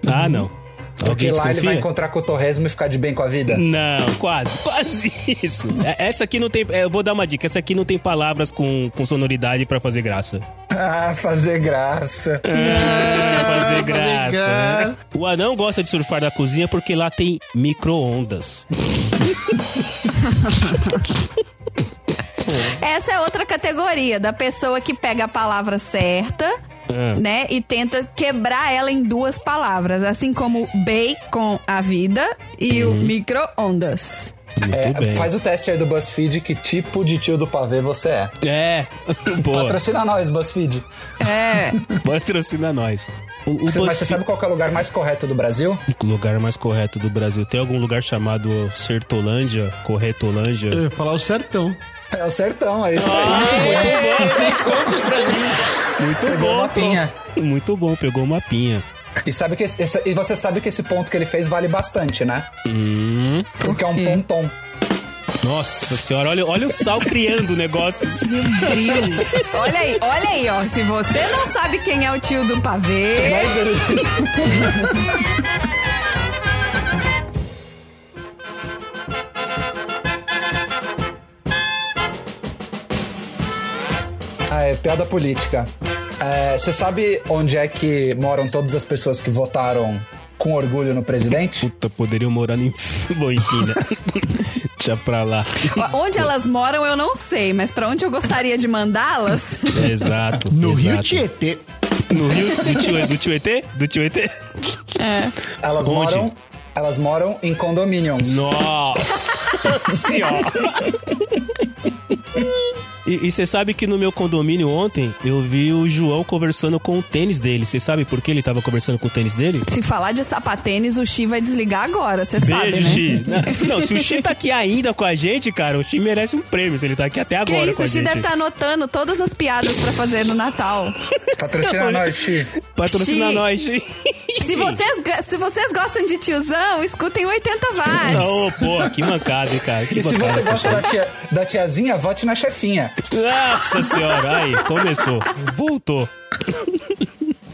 Speaker 1: Ah, não.
Speaker 4: Porque
Speaker 1: Alguém
Speaker 4: lá ele
Speaker 1: desconfia? Hum.
Speaker 4: vai encontrar com o Torresmo e ficar de bem com a vida.
Speaker 1: Não, quase, quase isso. É, Essa aqui não tem. é, Eu vou dar uma dica. Essa aqui não tem palavras com, com sonoridade pra fazer graça.
Speaker 4: Ah, fazer graça.
Speaker 1: Pra fazer
Speaker 3: graça.
Speaker 1: graça. O anão gosta de surfar na cozinha porque lá tem micro-ondas.
Speaker 2: Essa é outra categoria da pessoa que pega a palavra certa.
Speaker 1: É.
Speaker 2: Né? E tenta quebrar ela em duas palavras, assim como bacon a vida e
Speaker 1: Uhum.
Speaker 2: o micro-ondas.
Speaker 1: Muito
Speaker 4: É,
Speaker 1: bem.
Speaker 4: faz o teste aí do BuzzFeed que tipo de tio do pavê você é.
Speaker 1: É, boa.
Speaker 4: Patrocina nós, BuzzFeed.
Speaker 2: É.
Speaker 1: Patrocina nós. O, o
Speaker 4: Você- mas você
Speaker 1: BuzzFeed-
Speaker 4: sabe qual que é o lugar mais correto do Brasil?
Speaker 1: o lugar mais correto do Brasil. Tem algum lugar chamado Sertolândia? Corretolândia?
Speaker 3: Eu ia falar o sertão.
Speaker 4: É o sertão, é isso aí.
Speaker 1: Muito
Speaker 4: Pegou o mapinha.
Speaker 1: pô. Muito bom, pegou uma pinha.
Speaker 4: E, sabe que esse- esse- e você sabe que esse ponto que ele fez vale bastante, né?
Speaker 1: Hum.
Speaker 4: Porque é um pontom.
Speaker 1: Nossa senhora, olha, olha o sal criando negócios.
Speaker 2: Deus. Olha aí, olha aí, ó. Se você não sabe quem é o tio do pavê.
Speaker 4: Ah, é piada política. É, Você sabe onde é que moram todas as pessoas que votaram com orgulho no presidente?
Speaker 1: Puta, poderiam morar em. Bom, enfim, né? Deixa pra lá.
Speaker 2: Onde elas moram eu não sei, mas pra onde eu gostaria de mandá-las?
Speaker 1: É, Exato.
Speaker 3: No
Speaker 1: exato.
Speaker 3: Rio Tietê.
Speaker 1: No Rio do tio, do tio ET? Do tio ET?
Speaker 4: Elas
Speaker 1: Onde?
Speaker 4: moram. Elas moram em condomínios.
Speaker 1: Nossa senhora. E você sabe que no meu condomínio ontem eu vi o João conversando com o tênis dele. Você sabe por que ele tava conversando com o tênis dele?
Speaker 2: Se falar de sapatênis, o Xi vai desligar agora, você sabe,
Speaker 1: Beijo,
Speaker 2: né?
Speaker 1: Xi. Não, não, se o Xi tá aqui ainda com a gente, cara, o Xi merece um prêmio se ele tá aqui até
Speaker 2: Que
Speaker 1: agora com
Speaker 2: isso,
Speaker 1: a
Speaker 2: o Xi
Speaker 1: gente.
Speaker 2: deve tá estar anotando todas as piadas pra fazer no Natal.
Speaker 4: Patrocina nós, Chi.
Speaker 1: Patrocina
Speaker 2: Xi.
Speaker 1: nós, Xi. é
Speaker 2: Se vocês, go- se vocês gostam de tiozão, escutem 80 watts.
Speaker 1: Não, pô, que mancada, hein, cara. Que
Speaker 4: E se
Speaker 1: mancada.
Speaker 4: você gosta da, tia- da tiazinha, vote na chefinha.
Speaker 1: Nossa senhora, aí, começou. Voltou.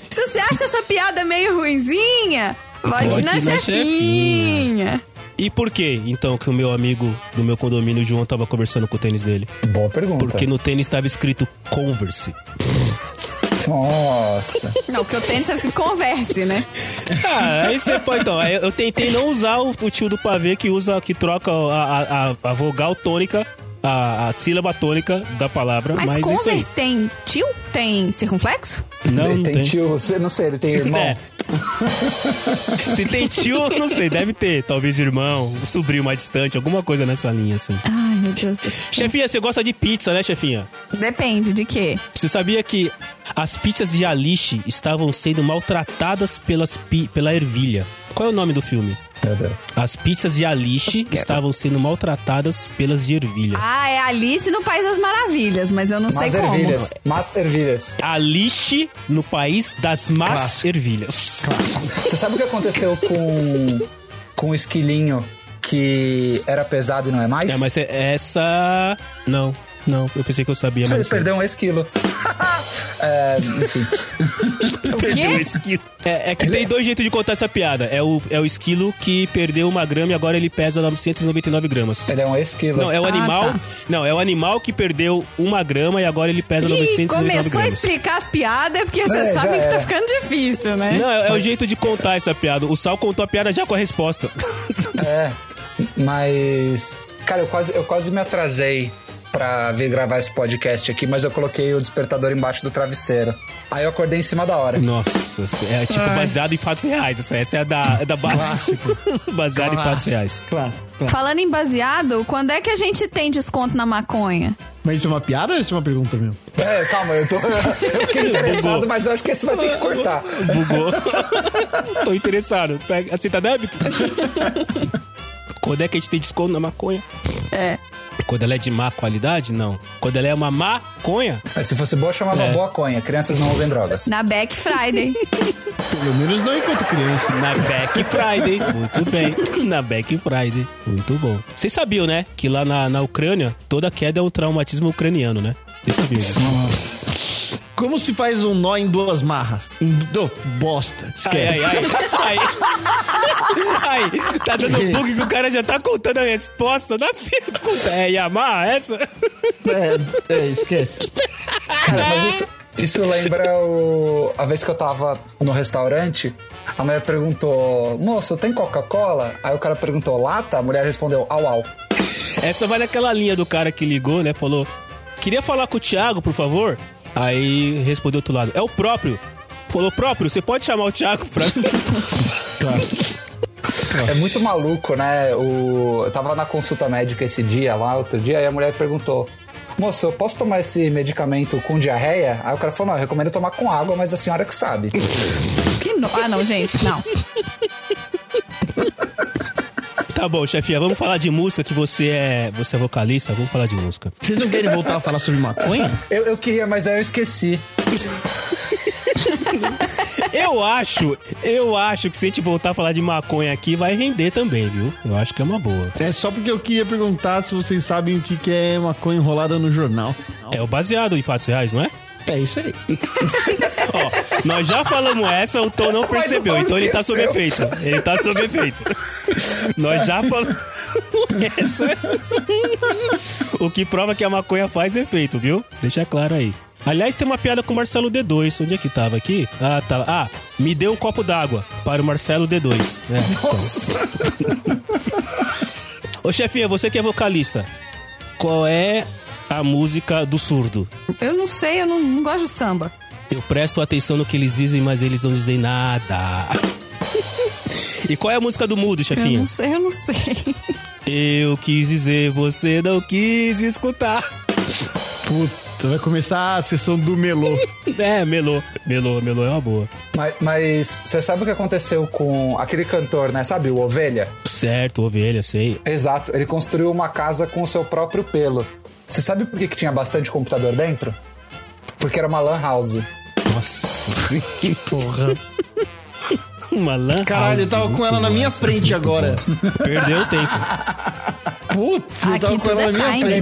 Speaker 2: Se você acha essa piada meio ruinzinha, vote
Speaker 1: Vote
Speaker 2: na,
Speaker 1: na
Speaker 2: chefinha.
Speaker 1: E por que, então, que o meu amigo do meu condomínio, o João, tava conversando com o tênis dele?
Speaker 4: Boa pergunta.
Speaker 1: Porque no tênis tava escrito Converse.
Speaker 4: Nossa.
Speaker 2: Não, porque o tênis tava escrito converse, né?
Speaker 1: Ah, aí você pode, então. aí Eu tentei não usar o, o tio do pavê que usa, que troca a, a- a- a vogal tônica, a, a sílaba tônica da palavra.
Speaker 2: Mas,
Speaker 1: Mas, isso aí.
Speaker 2: converse tem tio? Tem circunflexo?
Speaker 1: Não,
Speaker 4: ele
Speaker 1: não
Speaker 4: tem,
Speaker 1: tem.
Speaker 4: tio, você não sei, ele tem irmão.
Speaker 1: É. Se tem tio, não sei, deve ter. Talvez irmão, um sobrinho mais distante, alguma coisa nessa linha, assim.
Speaker 2: Ai, meu Deus do céu.
Speaker 1: Chefinha, você gosta de pizza, né, chefinha?
Speaker 2: Depende de quê?
Speaker 1: Você sabia que as pizzas de Alice estavam sendo maltratadas pelas pi- pela ervilha? Qual é o nome do filme?
Speaker 4: Meu Deus.
Speaker 1: As pizzas de Alice estavam sendo maltratadas pelas de ervilha.
Speaker 2: Ah, é Alice no País das Maravilhas, mas eu não
Speaker 4: Mas é
Speaker 2: sei como.
Speaker 4: ervilhas. Mas ervilhas.
Speaker 1: Alice no país das más
Speaker 3: Clássico.
Speaker 1: ervilhas.
Speaker 4: Você sabe o que aconteceu com, com o esquilinho que era pesado e não é mais?
Speaker 1: É, mas é- essa. Não, não. Eu pensei que eu sabia,
Speaker 4: Ele
Speaker 1: mas. não.
Speaker 4: perdeu um esquilo. é, enfim.
Speaker 1: Perdeu o esquilo. É, é que tem dois jeitos de contar essa piada. É o, é o esquilo que perdeu uma grama e agora ele pesa 999 gramas.
Speaker 4: Ele é um esquilo.
Speaker 1: Não, é o
Speaker 2: Ah,
Speaker 1: animal.
Speaker 2: tá.
Speaker 1: Não, é o animal que perdeu uma grama e agora ele pesa
Speaker 2: Ih,
Speaker 1: 999
Speaker 2: começou a
Speaker 1: gramas.
Speaker 2: explicar as piadas, porque você
Speaker 4: É, já
Speaker 2: sabe que tá
Speaker 4: era.
Speaker 2: ficando difícil, né?
Speaker 1: Não, é, é o jeito de contar essa piada. O Sal contou a piada já com a resposta.
Speaker 4: É, mas. Cara, eu quase, eu quase me atrasei pra vir gravar esse podcast aqui, mas eu coloquei o despertador embaixo do travesseiro. Aí eu acordei em cima da hora.
Speaker 1: Nossa, é tipo baseado em fatos reais. Essa, essa é a da, é da base.
Speaker 3: Clássico.
Speaker 1: baseado em fatos reais.
Speaker 3: Claro, claro.
Speaker 2: Falando em baseado, quando é que a gente tem desconto na maconha?
Speaker 3: Mas isso é uma piada ou isso é uma pergunta mesmo?
Speaker 4: É, calma, eu tô. Eu fiquei interessado, mas eu acho que esse vai ter que cortar.
Speaker 1: Bugou. Tô interessado. Pega- Aceita débito? Quando é que a gente tem desconto na maconha?
Speaker 2: É.
Speaker 1: Quando ela é de má qualidade? Não. Quando ela é uma maconha?
Speaker 4: Mas se fosse boa, chamava
Speaker 1: É.
Speaker 4: boa conha. Crianças não usem drogas.
Speaker 2: Na Black Friday.
Speaker 3: Pelo menos não enquanto criança.
Speaker 1: Na Back Friday. Muito bem. Na Back Friday. Muito bom. Vocês sabiam, né? Que lá na, na Ucrânia, toda queda é um traumatismo ucraniano, né? Vocês sabiam disso?
Speaker 3: Como se faz um nó em duas marras? Em do... bosta.
Speaker 1: Ai,
Speaker 3: Esquece.
Speaker 1: ai, ai. Ai. Ai, tá dando bug que o cara já tá contando a resposta da pergunta. É Yamaha essa?
Speaker 3: É, é, esquece.
Speaker 4: Cara, mas isso, isso lembra o, a vez que eu tava no restaurante. A mulher perguntou, moço, tem Coca-Cola? Aí o cara perguntou, lata? A mulher respondeu, au au.
Speaker 1: Essa vai naquela linha do cara que ligou, né? Falou: Queria falar com o Thiago, por favor. Aí respondeu outro lado: É o próprio. Falou: Próprio, você pode chamar o Thiago pra mim?
Speaker 4: É muito maluco, né? O... Eu tava na consulta médica esse dia lá, outro dia, e a mulher perguntou: Moço, eu posso tomar esse medicamento com diarreia? Aí o cara falou: Não, eu recomendo tomar com água, mas a senhora que sabe.
Speaker 2: Que no... Ah, não, gente, não.
Speaker 1: tá bom, chefinha, vamos falar de música que você é. Você é vocalista, vamos falar de música.
Speaker 3: Vocês não querem voltar a falar sobre maconha?
Speaker 4: eu, eu queria, mas aí eu esqueci.
Speaker 1: Eu acho, eu acho que se a gente voltar a falar de maconha aqui, vai render também, viu? Eu acho que é uma boa.
Speaker 3: É só porque eu queria perguntar se vocês sabem o que que é maconha enrolada no jornal.
Speaker 1: É o baseado em fatos reais, não é?
Speaker 3: É isso aí.
Speaker 1: Ó, nós já falamos essa, o Tom não percebeu,
Speaker 4: Tom
Speaker 1: então ele tá sob
Speaker 4: esqueceu.
Speaker 1: efeito. Ele tá sob efeito. Nós já falamos essa. O que prova que a maconha faz efeito, viu? Deixa claro aí. Aliás, tem uma piada com o Marcelo D2. Onde é que tava aqui? Ah, tá. Ah, me deu um copo d'água para o Marcelo D2. É, Nossa. Ô, chefinha, você que é vocalista, qual é a música do surdo?
Speaker 2: Eu não sei, eu não, não gosto de samba.
Speaker 1: Eu presto atenção no que eles dizem, mas eles não dizem nada. E qual é a música do mudo,
Speaker 2: Eu
Speaker 1: chefinha?
Speaker 2: não sei, eu não sei.
Speaker 1: Eu quis dizer, você não quis escutar.
Speaker 3: Puta, vai começar a sessão do melô.
Speaker 1: É, melô. Melô, melô é uma boa.
Speaker 4: Mas, mas você sabe o que aconteceu com aquele cantor, né? Sabe, o Ovelha?
Speaker 1: Certo, ovelha, sei.
Speaker 4: Exato, ele construiu uma casa com o seu próprio pelo. Você sabe por que, que tinha bastante computador dentro? Porque era uma lan house.
Speaker 1: Nossa,
Speaker 3: Que porra.
Speaker 1: uma lã.
Speaker 3: Caralho, eu
Speaker 1: house,
Speaker 4: tá
Speaker 3: tava com
Speaker 1: muito
Speaker 3: ela na
Speaker 1: boa
Speaker 3: minha
Speaker 1: essa,
Speaker 3: frente
Speaker 1: muito
Speaker 3: agora.
Speaker 1: boa. Perdeu o tempo.
Speaker 3: Puta, eu
Speaker 2: Aqui
Speaker 3: tava
Speaker 2: tudo
Speaker 3: com ela
Speaker 2: é
Speaker 3: na minha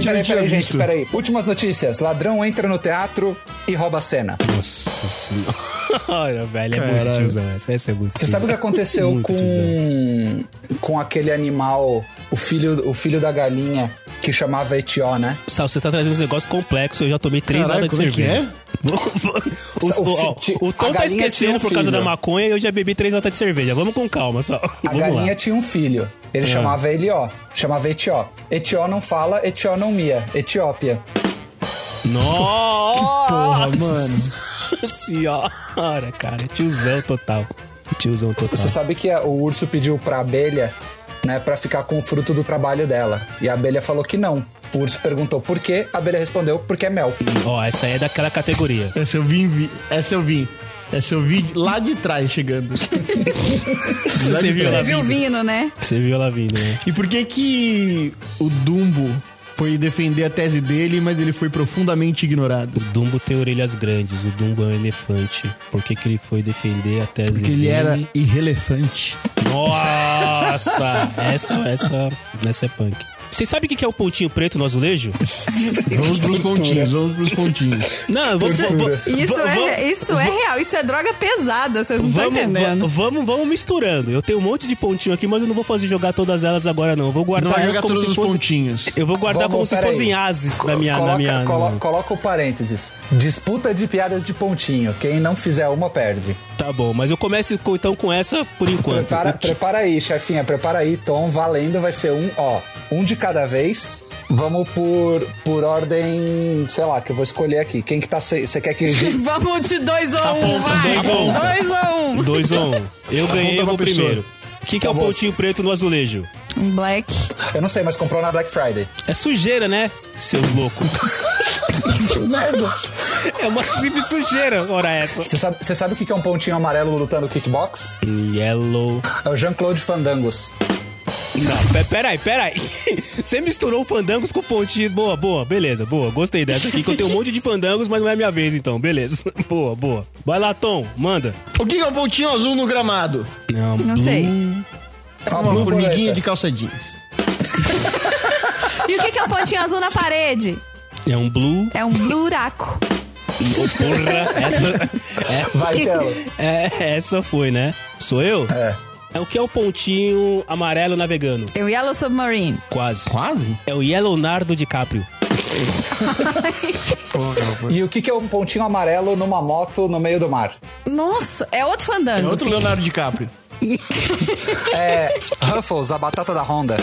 Speaker 2: crime.
Speaker 3: frente. eu não
Speaker 4: Peraí, peraí,
Speaker 3: tinha
Speaker 4: peraí, gente,
Speaker 3: visto.
Speaker 4: peraí. Últimas notícias. Ladrão entra no teatro e rouba a cena.
Speaker 1: Nossa senhora, velho. É muito
Speaker 3: Caralho.
Speaker 1: tiozão essa. Essa é muito
Speaker 4: Você sabe o que
Speaker 1: tiozão.
Speaker 4: aconteceu
Speaker 1: Muito tiozão.
Speaker 4: com com aquele animal, o filho, o filho da galinha que chamava Etió, né?
Speaker 1: Sal, você tá trazendo uns negócios complexos. Eu já tomei três
Speaker 3: Caralho,
Speaker 1: latas de
Speaker 3: como é que
Speaker 1: cerveja. o,
Speaker 4: O
Speaker 1: o- ó,
Speaker 4: fi-
Speaker 1: o Tom
Speaker 4: a
Speaker 1: tá
Speaker 4: galinha tinha
Speaker 1: esquecendo
Speaker 4: um
Speaker 1: por causa da
Speaker 4: filho.
Speaker 1: maconha e eu já bebi três latas de cerveja. Vamos com calma, só.
Speaker 4: A
Speaker 1: Vamos
Speaker 4: galinha
Speaker 1: lá.
Speaker 4: tinha um filho. Ele chamava Elió, chamava Etió. Etió não fala, Etió não mia, Etiópia.
Speaker 1: Nossa
Speaker 3: um Porra, mano.
Speaker 1: senhora, cara. Tiozão total. Tiozão total.
Speaker 4: Você sabe que a- o urso pediu pra abelha, né, pra ficar com o fruto do trabalho dela. E a abelha falou que não. O urso perguntou por quê, a abelha respondeu porque é mel.
Speaker 1: Ó, essa aí é daquela categoria.
Speaker 3: Essa eu vim, vi- essa eu vim. Essa eu vi lá de trás chegando.
Speaker 1: Você viu
Speaker 2: Você
Speaker 1: ela
Speaker 2: viu
Speaker 1: vindo.
Speaker 2: vindo, né?
Speaker 1: Você viu ela vindo, né?
Speaker 3: E por que que o Dumbo foi defender a tese dele, mas ele foi profundamente ignorado.
Speaker 1: O Dumbo tem orelhas grandes, o Dumbo é um elefante. Por que, que ele foi defender a tese
Speaker 3: Porque ele
Speaker 1: dele?
Speaker 3: era irrelevante.
Speaker 1: Nossa! essa, essa, essa é punk. Vocês sabem o que que é o pontinho preto no azulejo?
Speaker 3: Vamos pros pontinhos, vamos pros pontinhos.
Speaker 1: Não, você.
Speaker 2: Isso, é, isso é real, isso é droga pesada, vocês não estão
Speaker 4: tá
Speaker 1: Vamos,
Speaker 2: entendendo.
Speaker 1: va- vamos, vamos misturando. Eu tenho um monte de pontinho aqui, mas eu não vou fazer jogar todas elas agora, não. Eu vou
Speaker 3: Não
Speaker 1: guardar
Speaker 3: vai
Speaker 1: elas
Speaker 3: jogar
Speaker 1: como
Speaker 3: todos
Speaker 1: se
Speaker 3: os
Speaker 1: fosse-
Speaker 3: pontinhos.
Speaker 1: Eu vou guardar
Speaker 4: Vamos,
Speaker 1: como se
Speaker 4: pera
Speaker 1: fossem
Speaker 4: aí.
Speaker 1: ases na minha.
Speaker 4: coloca,
Speaker 1: na minha
Speaker 4: colo-
Speaker 1: na-
Speaker 4: coloca o parênteses. Disputa de piadas de pontinho. Quem não fizer uma, perde.
Speaker 1: Tá bom, mas eu começo com- então com essa por enquanto.
Speaker 4: Prepara,
Speaker 1: O que-
Speaker 4: prepara aí, chefinha. Prepara aí, Tom. Valendo, vai ser um, ó, um de cada vez. Vamos por, por ordem, sei lá, que eu vou escolher aqui. Quem que tá. se- Você quer que.
Speaker 2: Vamos de 2 a 1, um, vai!
Speaker 1: Tá dois a um.
Speaker 2: 2 a 1. Um.
Speaker 1: 2 ou 1. Um. Eu ganhei, eu
Speaker 3: pra
Speaker 1: vou
Speaker 3: pessoa.
Speaker 1: primeiro. O que, que é o
Speaker 4: bom.
Speaker 1: pontinho preto no azulejo?
Speaker 2: Um black.
Speaker 4: Eu não sei, mas comprou na Black Friday.
Speaker 1: É sujeira, né, seus loucos? É uma simples sujeira, ora essa.
Speaker 4: Você sabe, você sabe o que que é um pontinho amarelo lutando kickbox?
Speaker 1: Yellow.
Speaker 4: É o Jean-Claude Fandangos.
Speaker 1: Não, pe- peraí, peraí. Você misturou fandangos com pontinho. Boa, boa, beleza, boa. Gostei dessa aqui, que eu tenho um monte de fandangos, mas não é minha vez então, beleza. Boa, boa. Vai lá, Tom, manda.
Speaker 3: O que que é um pontinho azul no gramado?
Speaker 1: um
Speaker 2: Não sei.
Speaker 4: É
Speaker 3: Uma
Speaker 4: borboleta.
Speaker 3: formiguinha de calça jeans.
Speaker 2: E o que que é um pontinho azul na parede?
Speaker 1: É um blue.
Speaker 2: É um buraco.
Speaker 1: Porra, essa,
Speaker 4: Vai, Tchelo.
Speaker 1: é, essa foi, né? Sou eu?
Speaker 4: É.
Speaker 1: É o que é o pontinho amarelo navegando?
Speaker 2: É o Yellow Submarine.
Speaker 1: Quase.
Speaker 3: Quase?
Speaker 1: É o Yellownardo DiCaprio.
Speaker 4: E o que que é um pontinho amarelo numa moto no meio do mar?
Speaker 2: Nossa, é outro
Speaker 3: É
Speaker 2: fandango.
Speaker 3: outro Leonardo DiCaprio.
Speaker 4: É. Ruffles, a batata da Honda.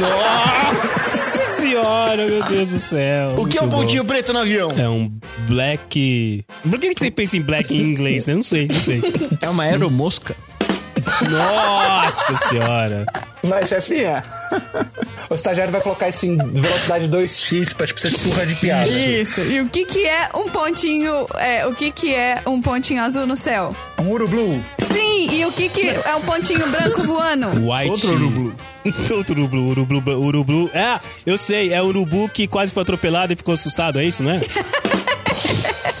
Speaker 1: Nossa senhora, meu Deus do céu.
Speaker 3: O que é um
Speaker 1: Muito bom.
Speaker 3: pontinho preto no avião?
Speaker 1: É um black. Por que que você pensa em black em inglês, né? Não sei, não sei.
Speaker 3: É uma aeromosca.
Speaker 1: Nossa senhora.
Speaker 4: Vai, chefinha. O estagiário vai colocar isso em velocidade 2x pra tipo, você surra de piada.
Speaker 2: Isso. E o que que é um pontinho... É, o que que é um pontinho azul no céu?
Speaker 4: Um Uru Blue.
Speaker 2: Sim, e o que que é um pontinho branco voando?
Speaker 1: White.
Speaker 3: Outro urublu.
Speaker 1: É, né?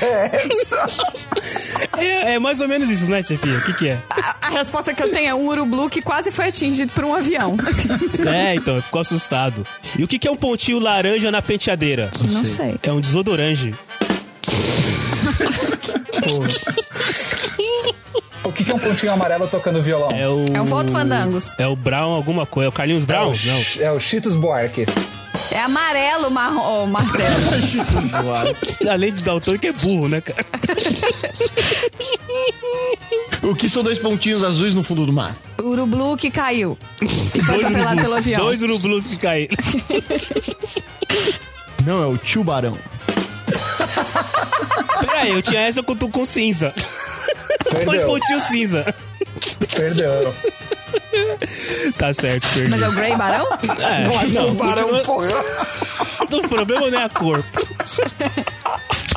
Speaker 4: É.
Speaker 1: É, é mais ou menos isso, né, Chefinha? O que que é?
Speaker 2: A, a resposta que eu tenho é um urublu que quase foi atingido por um avião.
Speaker 1: É, então, ficou assustado. E o que que é um pontinho laranja na penteadeira?
Speaker 2: Não sei.
Speaker 1: É um desodorange.
Speaker 4: O que que é um pontinho amarelo tocando violão?
Speaker 1: É o.
Speaker 2: É um Volto Fandangos.
Speaker 1: É o Brown alguma coisa. É o Carlinhos
Speaker 4: É
Speaker 1: Brown?
Speaker 4: o,
Speaker 1: Não.
Speaker 4: Ch- é o Cheetos Buarque.
Speaker 2: É amarelo, marrom, Marcelo.
Speaker 1: Além de Dalton, que é burro, né, cara?
Speaker 3: O que são dois pontinhos azuis no fundo do mar?
Speaker 2: Urublu que caiu. E foi atropelado pelo avião.
Speaker 1: Dois urublus que caíram.
Speaker 3: Não, é o tubarão.
Speaker 1: Peraí, eu tinha essa com, tu- com cinza. Dois
Speaker 4: Perdeu.
Speaker 1: pontinhos cinza.
Speaker 4: Perdeu.
Speaker 1: Tá certo, perdi.
Speaker 2: Mas é o Grey Barão?
Speaker 1: É, não, continua-
Speaker 2: é
Speaker 4: porra.
Speaker 1: o problema não é a cor.
Speaker 3: Se fosse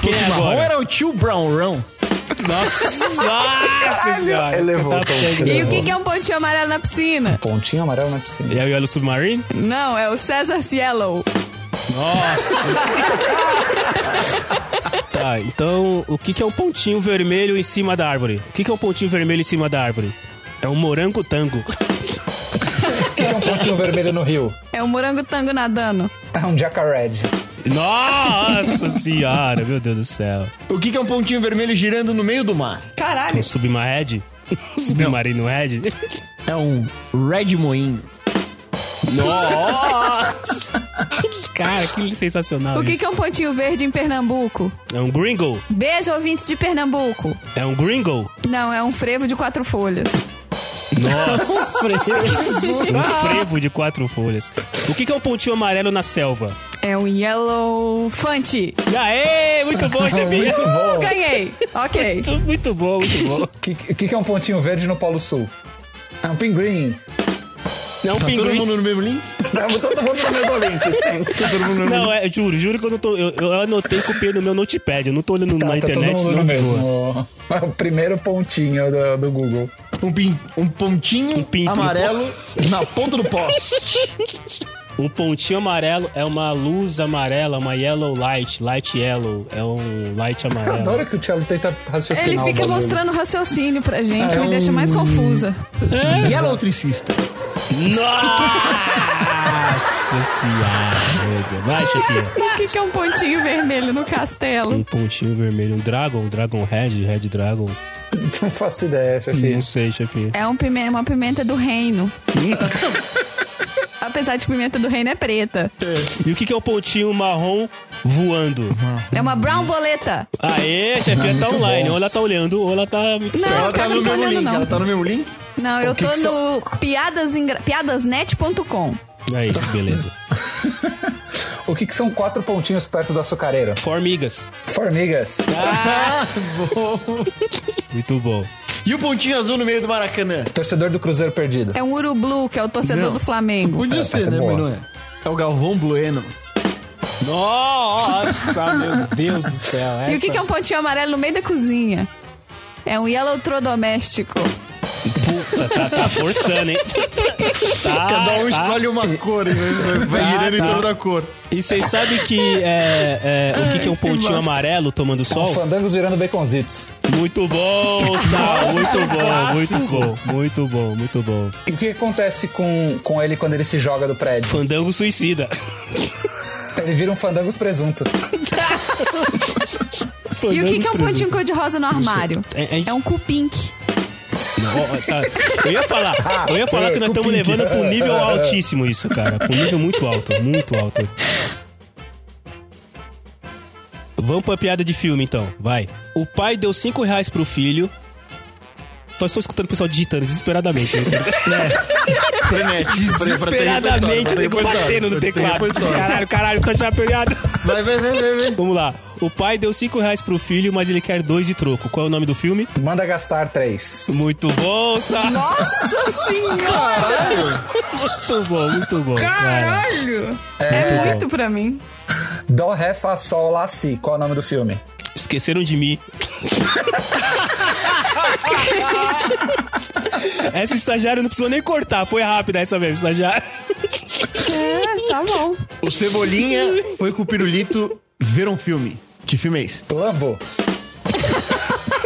Speaker 1: Quem é
Speaker 3: marrom,
Speaker 1: agora?
Speaker 3: era o tio Brownrão.
Speaker 1: Nossa, nossa senhora.
Speaker 4: Elevou,
Speaker 1: Tá
Speaker 4: Tom,
Speaker 1: bem.
Speaker 2: E o
Speaker 4: elevou.
Speaker 2: que, que é um pontinho amarelo na piscina?
Speaker 4: Pontinho amarelo é na piscina.
Speaker 1: E aí, olha o Submarine?
Speaker 2: Não, é o César Cielo.
Speaker 1: Nossa Tá, então o que, que é um pontinho vermelho em cima da árvore? O que, que é um pontinho vermelho em cima da árvore? É um morango tango.
Speaker 4: O que que é um pontinho vermelho no rio?
Speaker 2: É o morango tango nadando.
Speaker 4: É um jacaré.
Speaker 1: Nossa senhora, meu Deus do céu.
Speaker 3: O que que é um pontinho vermelho girando no meio do mar?
Speaker 1: Um submarine? Submarino Red?
Speaker 3: É um red moinho.
Speaker 1: Nossa! Cara, que sensacional.
Speaker 2: O que,
Speaker 1: isso.
Speaker 2: que é um pontinho verde em Pernambuco?
Speaker 1: É um gringo?
Speaker 2: Beijo, ouvintes de Pernambuco.
Speaker 1: É um gringo?
Speaker 2: Não, é um frevo de quatro folhas.
Speaker 1: Nossa! um frevo de quatro folhas. O que, que é um pontinho amarelo na selva?
Speaker 2: É um yellow fante. Uh,
Speaker 1: E Aê! Muito bom, Jabinha!
Speaker 4: Muito bom.
Speaker 2: Ganhei. Ok.
Speaker 1: Muito bom, muito bom.
Speaker 4: O que, o que que é um pontinho verde no Polo Sul? É um pinguim.
Speaker 1: Não,
Speaker 3: Tá todo
Speaker 1: pinguim.
Speaker 3: mundo no mesmo link?
Speaker 4: Tava todo mundo no mesmo link, sim.
Speaker 3: Tá todo mundo no mesmo
Speaker 1: Não, é, juro, juro que eu não tô. Eu, eu anotei com o P no meu notepad. Eu não tô olhando
Speaker 4: Tá,
Speaker 1: na
Speaker 4: tá
Speaker 1: internet,
Speaker 4: todo mundo no
Speaker 1: não zoa.
Speaker 4: mesmo. É o primeiro pontinho do, do Google.
Speaker 3: link? um, pin- um pontinho
Speaker 1: pinto no
Speaker 3: amarelo na ponta do poste.
Speaker 1: Um pontinho amarelo é uma luz amarela, uma yellow light, light yellow, é um light
Speaker 4: Eu
Speaker 1: amarelo.
Speaker 4: adoro que o Thiago tenta raciocinar
Speaker 2: Ele
Speaker 4: o
Speaker 2: fica
Speaker 4: bagulho.
Speaker 2: mostrando raciocínio pra gente,
Speaker 4: É
Speaker 2: me deixa mais confusa.
Speaker 3: E ela é eletricista.
Speaker 1: Nossa senhora, meu Deus. Vai, Shakira.
Speaker 2: O que, que é um pontinho vermelho no castelo?
Speaker 1: Um pontinho vermelho, um dragon, dragon red, red dragon.
Speaker 4: Não faço ideia, chefe.
Speaker 1: Não sei, chefinha.
Speaker 2: É um pime- uma pimenta do reino. Apesar de que pimenta do reino é preta.
Speaker 1: E o que que é o pontinho marrom voando?
Speaker 2: É uma brown boleta.
Speaker 1: Aê, chefinha tá online. Ou ela tá olhando, ou ela tá...
Speaker 2: Não,
Speaker 3: ela tá
Speaker 2: cara,
Speaker 3: no
Speaker 2: não tô
Speaker 3: mesmo
Speaker 2: olhando,
Speaker 3: link.
Speaker 2: não.
Speaker 3: Ela tá no mesmo link?
Speaker 2: Não, eu
Speaker 4: que
Speaker 2: tô
Speaker 4: que
Speaker 2: no piadasengra- piadasnet.com.
Speaker 1: Aí, É beleza.
Speaker 4: O que, que são quatro pontinhos perto do açucareiro?
Speaker 1: Formigas.
Speaker 4: Formigas.
Speaker 1: É. Muito bom.
Speaker 3: E o pontinho azul no meio do Maracanã?
Speaker 4: Torcedor do Cruzeiro perdido.
Speaker 2: É um urublu, que é o torcedor
Speaker 3: Não.
Speaker 2: do Flamengo.
Speaker 3: Podia
Speaker 4: Essa
Speaker 3: ser,
Speaker 4: é
Speaker 3: né?
Speaker 4: boa.
Speaker 3: Mas não é. É o Galvão Bueno.
Speaker 1: Nossa, meu Deus do céu.
Speaker 2: E o que, que é um pontinho amarelo no meio da cozinha? É um yellow doméstico.
Speaker 1: Puta, tá, tá forçando, hein? Tá,
Speaker 3: Cada um
Speaker 1: tá.
Speaker 3: escolhe uma cor, né? vai
Speaker 1: Tá,
Speaker 3: girando em
Speaker 1: tá.
Speaker 3: torno da cor.
Speaker 1: E vocês sabem que é, é, o que, que é um pontinho amarelo tomando
Speaker 4: O
Speaker 1: sol?
Speaker 4: Fandangos virando baconzitos.
Speaker 1: Muito bom, Sal, muito bom, muito bom, muito bom, muito bom.
Speaker 4: E o que acontece com, com ele quando ele se joga do prédio?
Speaker 1: Fandango suicida.
Speaker 4: Ele vira um Fandangos presunto.
Speaker 2: E o que, que é um
Speaker 1: Fandangos
Speaker 2: pontinho cor-de-rosa no armário?
Speaker 1: É- é-
Speaker 2: É um cu pink.
Speaker 1: Não, ó, ó, tá. Eu ia falar, eu ia falar que nós estamos levando para um nível altíssimo isso, cara. Para um nível muito alto, muito alto. Vamos pra piada de filme, então. Vai. O pai deu 5 reais pro filho. Só estou escutando o pessoal digitando desesperadamente. né?
Speaker 3: Frenético. pra- pra ter
Speaker 1: Desesperadamente,
Speaker 3: repertório,
Speaker 1: nego
Speaker 3: pra ter
Speaker 1: batendo no
Speaker 3: repertório, pra ter
Speaker 1: teclado.
Speaker 3: repertório.
Speaker 1: Caralho, caralho, só tirar a piada.
Speaker 3: Vai, vai, vai, vai, vai.
Speaker 1: Vamos lá. O pai deu 5 reais pro filho, mas ele quer dois de troco. Qual é o nome do filme?
Speaker 4: Manda gastar três.
Speaker 1: Muito bom, Sá.
Speaker 2: Nossa senhora!
Speaker 1: Muito bom, muito bom. Cara.
Speaker 2: Caralho! É, muito pra mim.
Speaker 4: Dó, ré, fá, sol, lá, si. Qual é o nome do filme?
Speaker 1: Esqueceram de mim. Essa estagiária não precisou nem cortar, foi rápida essa mesmo, estagiária.
Speaker 2: É, tá bom.
Speaker 3: O Cebolinha foi com o Pirulito ver um filme. Que filme é esse?
Speaker 4: Lambo.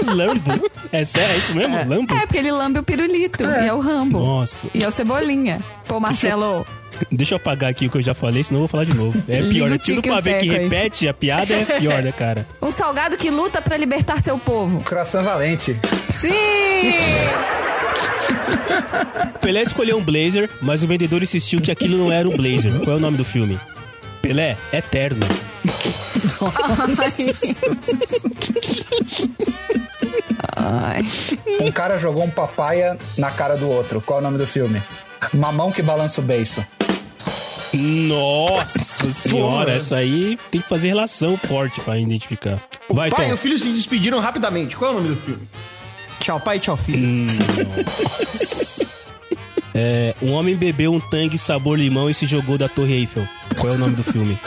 Speaker 1: Lambo? É sério, é isso mesmo? Lambo?
Speaker 2: É, porque ele lambe o pirulito. E é o Rambo.
Speaker 1: Nossa.
Speaker 2: E é o Cebolinha. Pô, Marcelo.
Speaker 1: Deixa eu apagar aqui o que eu já falei, senão eu vou falar de novo. É
Speaker 2: Liga
Speaker 1: pior,
Speaker 2: o
Speaker 1: né? Tiro
Speaker 2: tique e
Speaker 1: pra ver que
Speaker 2: teco aí.
Speaker 1: repete a piada é pior, né, cara?
Speaker 2: Um salgado que luta pra libertar seu povo.
Speaker 4: Coração Valente.
Speaker 2: Sim!
Speaker 1: Pelé escolheu um blazer, mas o vendedor insistiu que aquilo não era um blazer. Qual é o nome do filme? Pelé, Eterno.
Speaker 2: Ai.
Speaker 4: Um cara jogou um papaya na cara do outro. Qual é o nome do filme? Mamão que balança o beiço.
Speaker 1: Nossa senhora,
Speaker 3: Porra.
Speaker 1: essa aí tem que fazer relação forte pra identificar. Vai,
Speaker 3: pai
Speaker 1: Tom.
Speaker 3: e o filho se despediram rapidamente. Qual é o nome do filme? Tchau, pai, tchau, filho.
Speaker 1: É, um homem bebeu um tangue sabor limão e se jogou da Torre Eiffel. Qual é o nome do filme?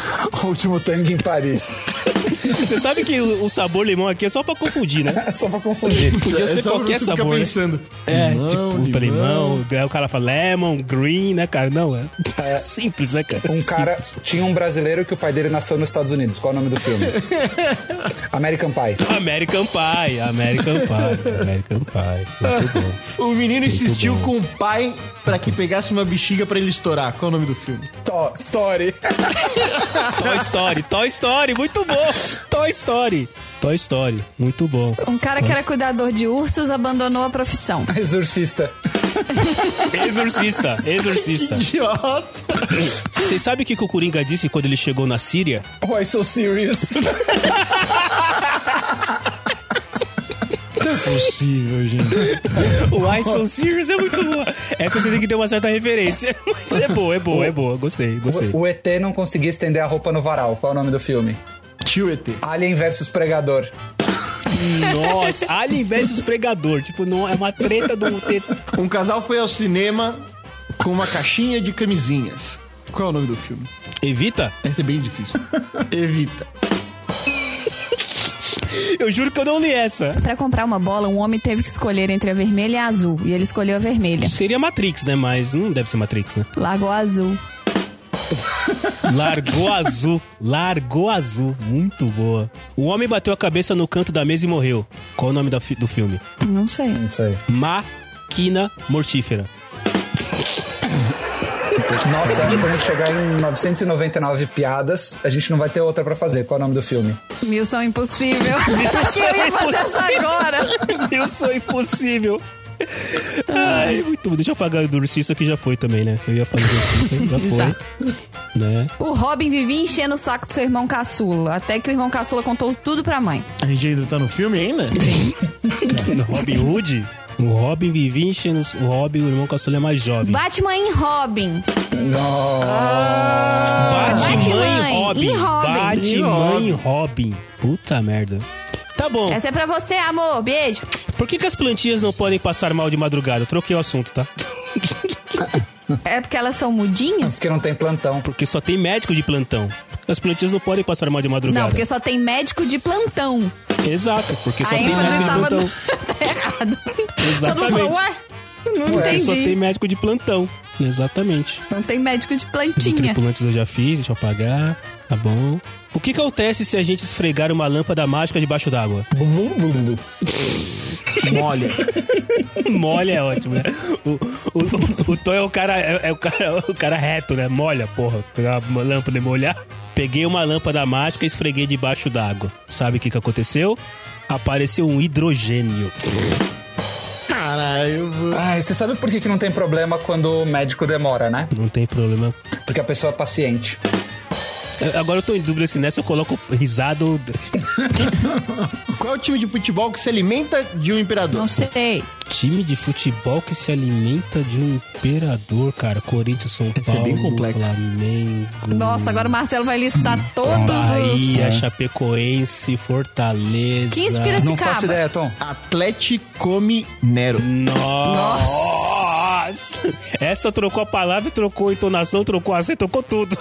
Speaker 4: O último tangue em Paris.
Speaker 1: Você sabe que o o sabor limão aqui é só pra confundir, né?
Speaker 4: Só pra confundir.
Speaker 1: Podia ser
Speaker 3: é Só
Speaker 1: qualquer
Speaker 3: você fica
Speaker 1: sabor, né?
Speaker 3: pensando.
Speaker 1: É,
Speaker 3: Limão,
Speaker 1: tipo, puta limão. Aí o cara fala lemon, green, né, cara? Não, é, simples, né, cara?
Speaker 4: Um cara.
Speaker 1: Simples.
Speaker 4: Tinha um brasileiro que o pai dele nasceu nos Estados Unidos. Qual é o nome do filme? American Pie.
Speaker 1: American Pie, American Pie, American Pie. Muito bom.
Speaker 3: O menino insistiu
Speaker 1: bom.
Speaker 3: com o pai pra que pegasse uma bexiga pra ele estourar. Qual é o nome do filme?
Speaker 4: To Story.
Speaker 1: Toy Story, Toy Story, muito bom. Toy Story, Toy Story, muito bom.
Speaker 2: Um cara que era cuidador de ursos abandonou a profissão.
Speaker 4: Exorcista.
Speaker 1: Exorcista, exorcista.
Speaker 3: Idiota.
Speaker 1: Vocês sabem o que que o Coringa disse quando ele chegou na Síria?
Speaker 4: Why so serious?
Speaker 3: Não é possível, gente.
Speaker 1: Why so serious é muito boa. Essa você tem que ter uma certa referência. Mas é boa, é boa, é boa. Gostei, gostei.
Speaker 4: O ET não conseguia estender a roupa no varal. Qual é o nome do filme?
Speaker 3: Tio ET.
Speaker 4: Alien versus Pregador.
Speaker 1: Nossa, Alien versus Pregador. Tipo, não é uma treta do... te-
Speaker 3: Um casal foi ao cinema com uma caixinha de camisinhas. Qual é o nome do filme?
Speaker 1: Evita?
Speaker 3: Essa é bem difícil. Evita.
Speaker 1: Eu juro que eu não li essa.
Speaker 2: Pra comprar uma bola, um homem teve que escolher entre a vermelha e a azul. E ele escolheu a vermelha.
Speaker 1: Seria Matrix, né? Mas não deve ser Matrix, né?
Speaker 2: Largou a azul.
Speaker 1: Largou azul. Largou azul. Muito boa. O homem bateu a cabeça no canto da mesa e morreu. Qual o nome da fi- do filme?
Speaker 2: Não sei.
Speaker 4: Não sei.
Speaker 1: Máquina Mortífera.
Speaker 4: Nossa, acho que quando a gente chegar em 999 piadas, a gente não vai ter outra pra fazer. Qual é o nome do filme?
Speaker 2: Mil são impossível. que eu ia fazer essa agora.
Speaker 1: Eu sou impossível. Ai, muito bom. Deixa eu apagar o do Urcista que já foi também, né? Eu ia apagar o do Urcista, já foi.
Speaker 2: Já.
Speaker 1: Né?
Speaker 2: O Robin vivia enchendo o saco do seu irmão caçula. Até que o irmão caçula contou tudo pra mãe.
Speaker 3: A gente ainda tá no filme ainda?
Speaker 1: No Robin Hood? O Robin vivia enchendo os- o Robin, o irmão caçula é mais jovem.
Speaker 2: Batman em Robin.
Speaker 1: Bate, mãe,
Speaker 2: Bate-mãe,
Speaker 1: Robin.
Speaker 2: e Robin.
Speaker 1: Bate,
Speaker 3: E
Speaker 1: mãe,
Speaker 3: Robin.
Speaker 1: Robin. Puta merda. Tá bom.
Speaker 2: Essa é pra você, amor. Beijo.
Speaker 1: Por que, que as plantinhas não podem passar mal de madrugada? Eu troquei o assunto, tá?
Speaker 2: É porque elas são mudinhas?
Speaker 4: Porque não tem plantão.
Speaker 1: Porque só tem médico de plantão. As plantinhas não podem passar mal de madrugada.
Speaker 2: Não, porque só tem médico de plantão.
Speaker 1: Exato, porque só
Speaker 2: A
Speaker 1: tem médico
Speaker 2: ênfase
Speaker 1: de
Speaker 2: tava
Speaker 1: plantão.
Speaker 2: no... tá errado. Todo mundo
Speaker 1: Exatamente.
Speaker 2: falou, ué? Não
Speaker 1: Porque É, só tem
Speaker 2: entendi.
Speaker 1: médico de plantão. Exatamente.
Speaker 2: Não tem médico de
Speaker 1: Do
Speaker 2: plantinha.
Speaker 1: tripulantes eu já fiz, deixa eu apagar. Tá bom. O que acontece se a gente esfregar uma lâmpada mágica debaixo d'água?
Speaker 3: Molha.
Speaker 1: Molha é ótimo, né? O, o, o, o Tom é o cara, é, é o cara, o cara reto, né? Molha, porra. Pegar uma lâmpada e molhar. Peguei uma lâmpada mágica e esfreguei debaixo d'água. Sabe o que, que aconteceu? Apareceu um hidrogênio.
Speaker 3: Caralho.
Speaker 4: Ah, e você sabe por que, que não tem problema quando o médico demora, né?
Speaker 1: Não tem problema.
Speaker 4: Porque a pessoa é paciente.
Speaker 1: Eu- Agora eu tô em dúvida se nessa eu coloco risado. ou-
Speaker 3: Qual é o time de futebol que se alimenta de um imperador?
Speaker 2: Não sei.
Speaker 1: Time de futebol que se alimenta de um imperador, cara. Corinthians, São
Speaker 3: é
Speaker 1: Paulo,
Speaker 3: bem complexo.
Speaker 1: Flamengo.
Speaker 2: Nossa, agora o Marcelo vai listar
Speaker 1: Hum.
Speaker 2: todos os...
Speaker 1: Bahia, Chapecoense, Fortaleza.
Speaker 2: Que inspira esse
Speaker 4: não faço
Speaker 2: cara?
Speaker 4: ideia, Tom.
Speaker 3: Atlético Mineiro.
Speaker 1: Nossa. Essa trocou a palavra, trocou a entonação, trocou a acento, trocou tudo.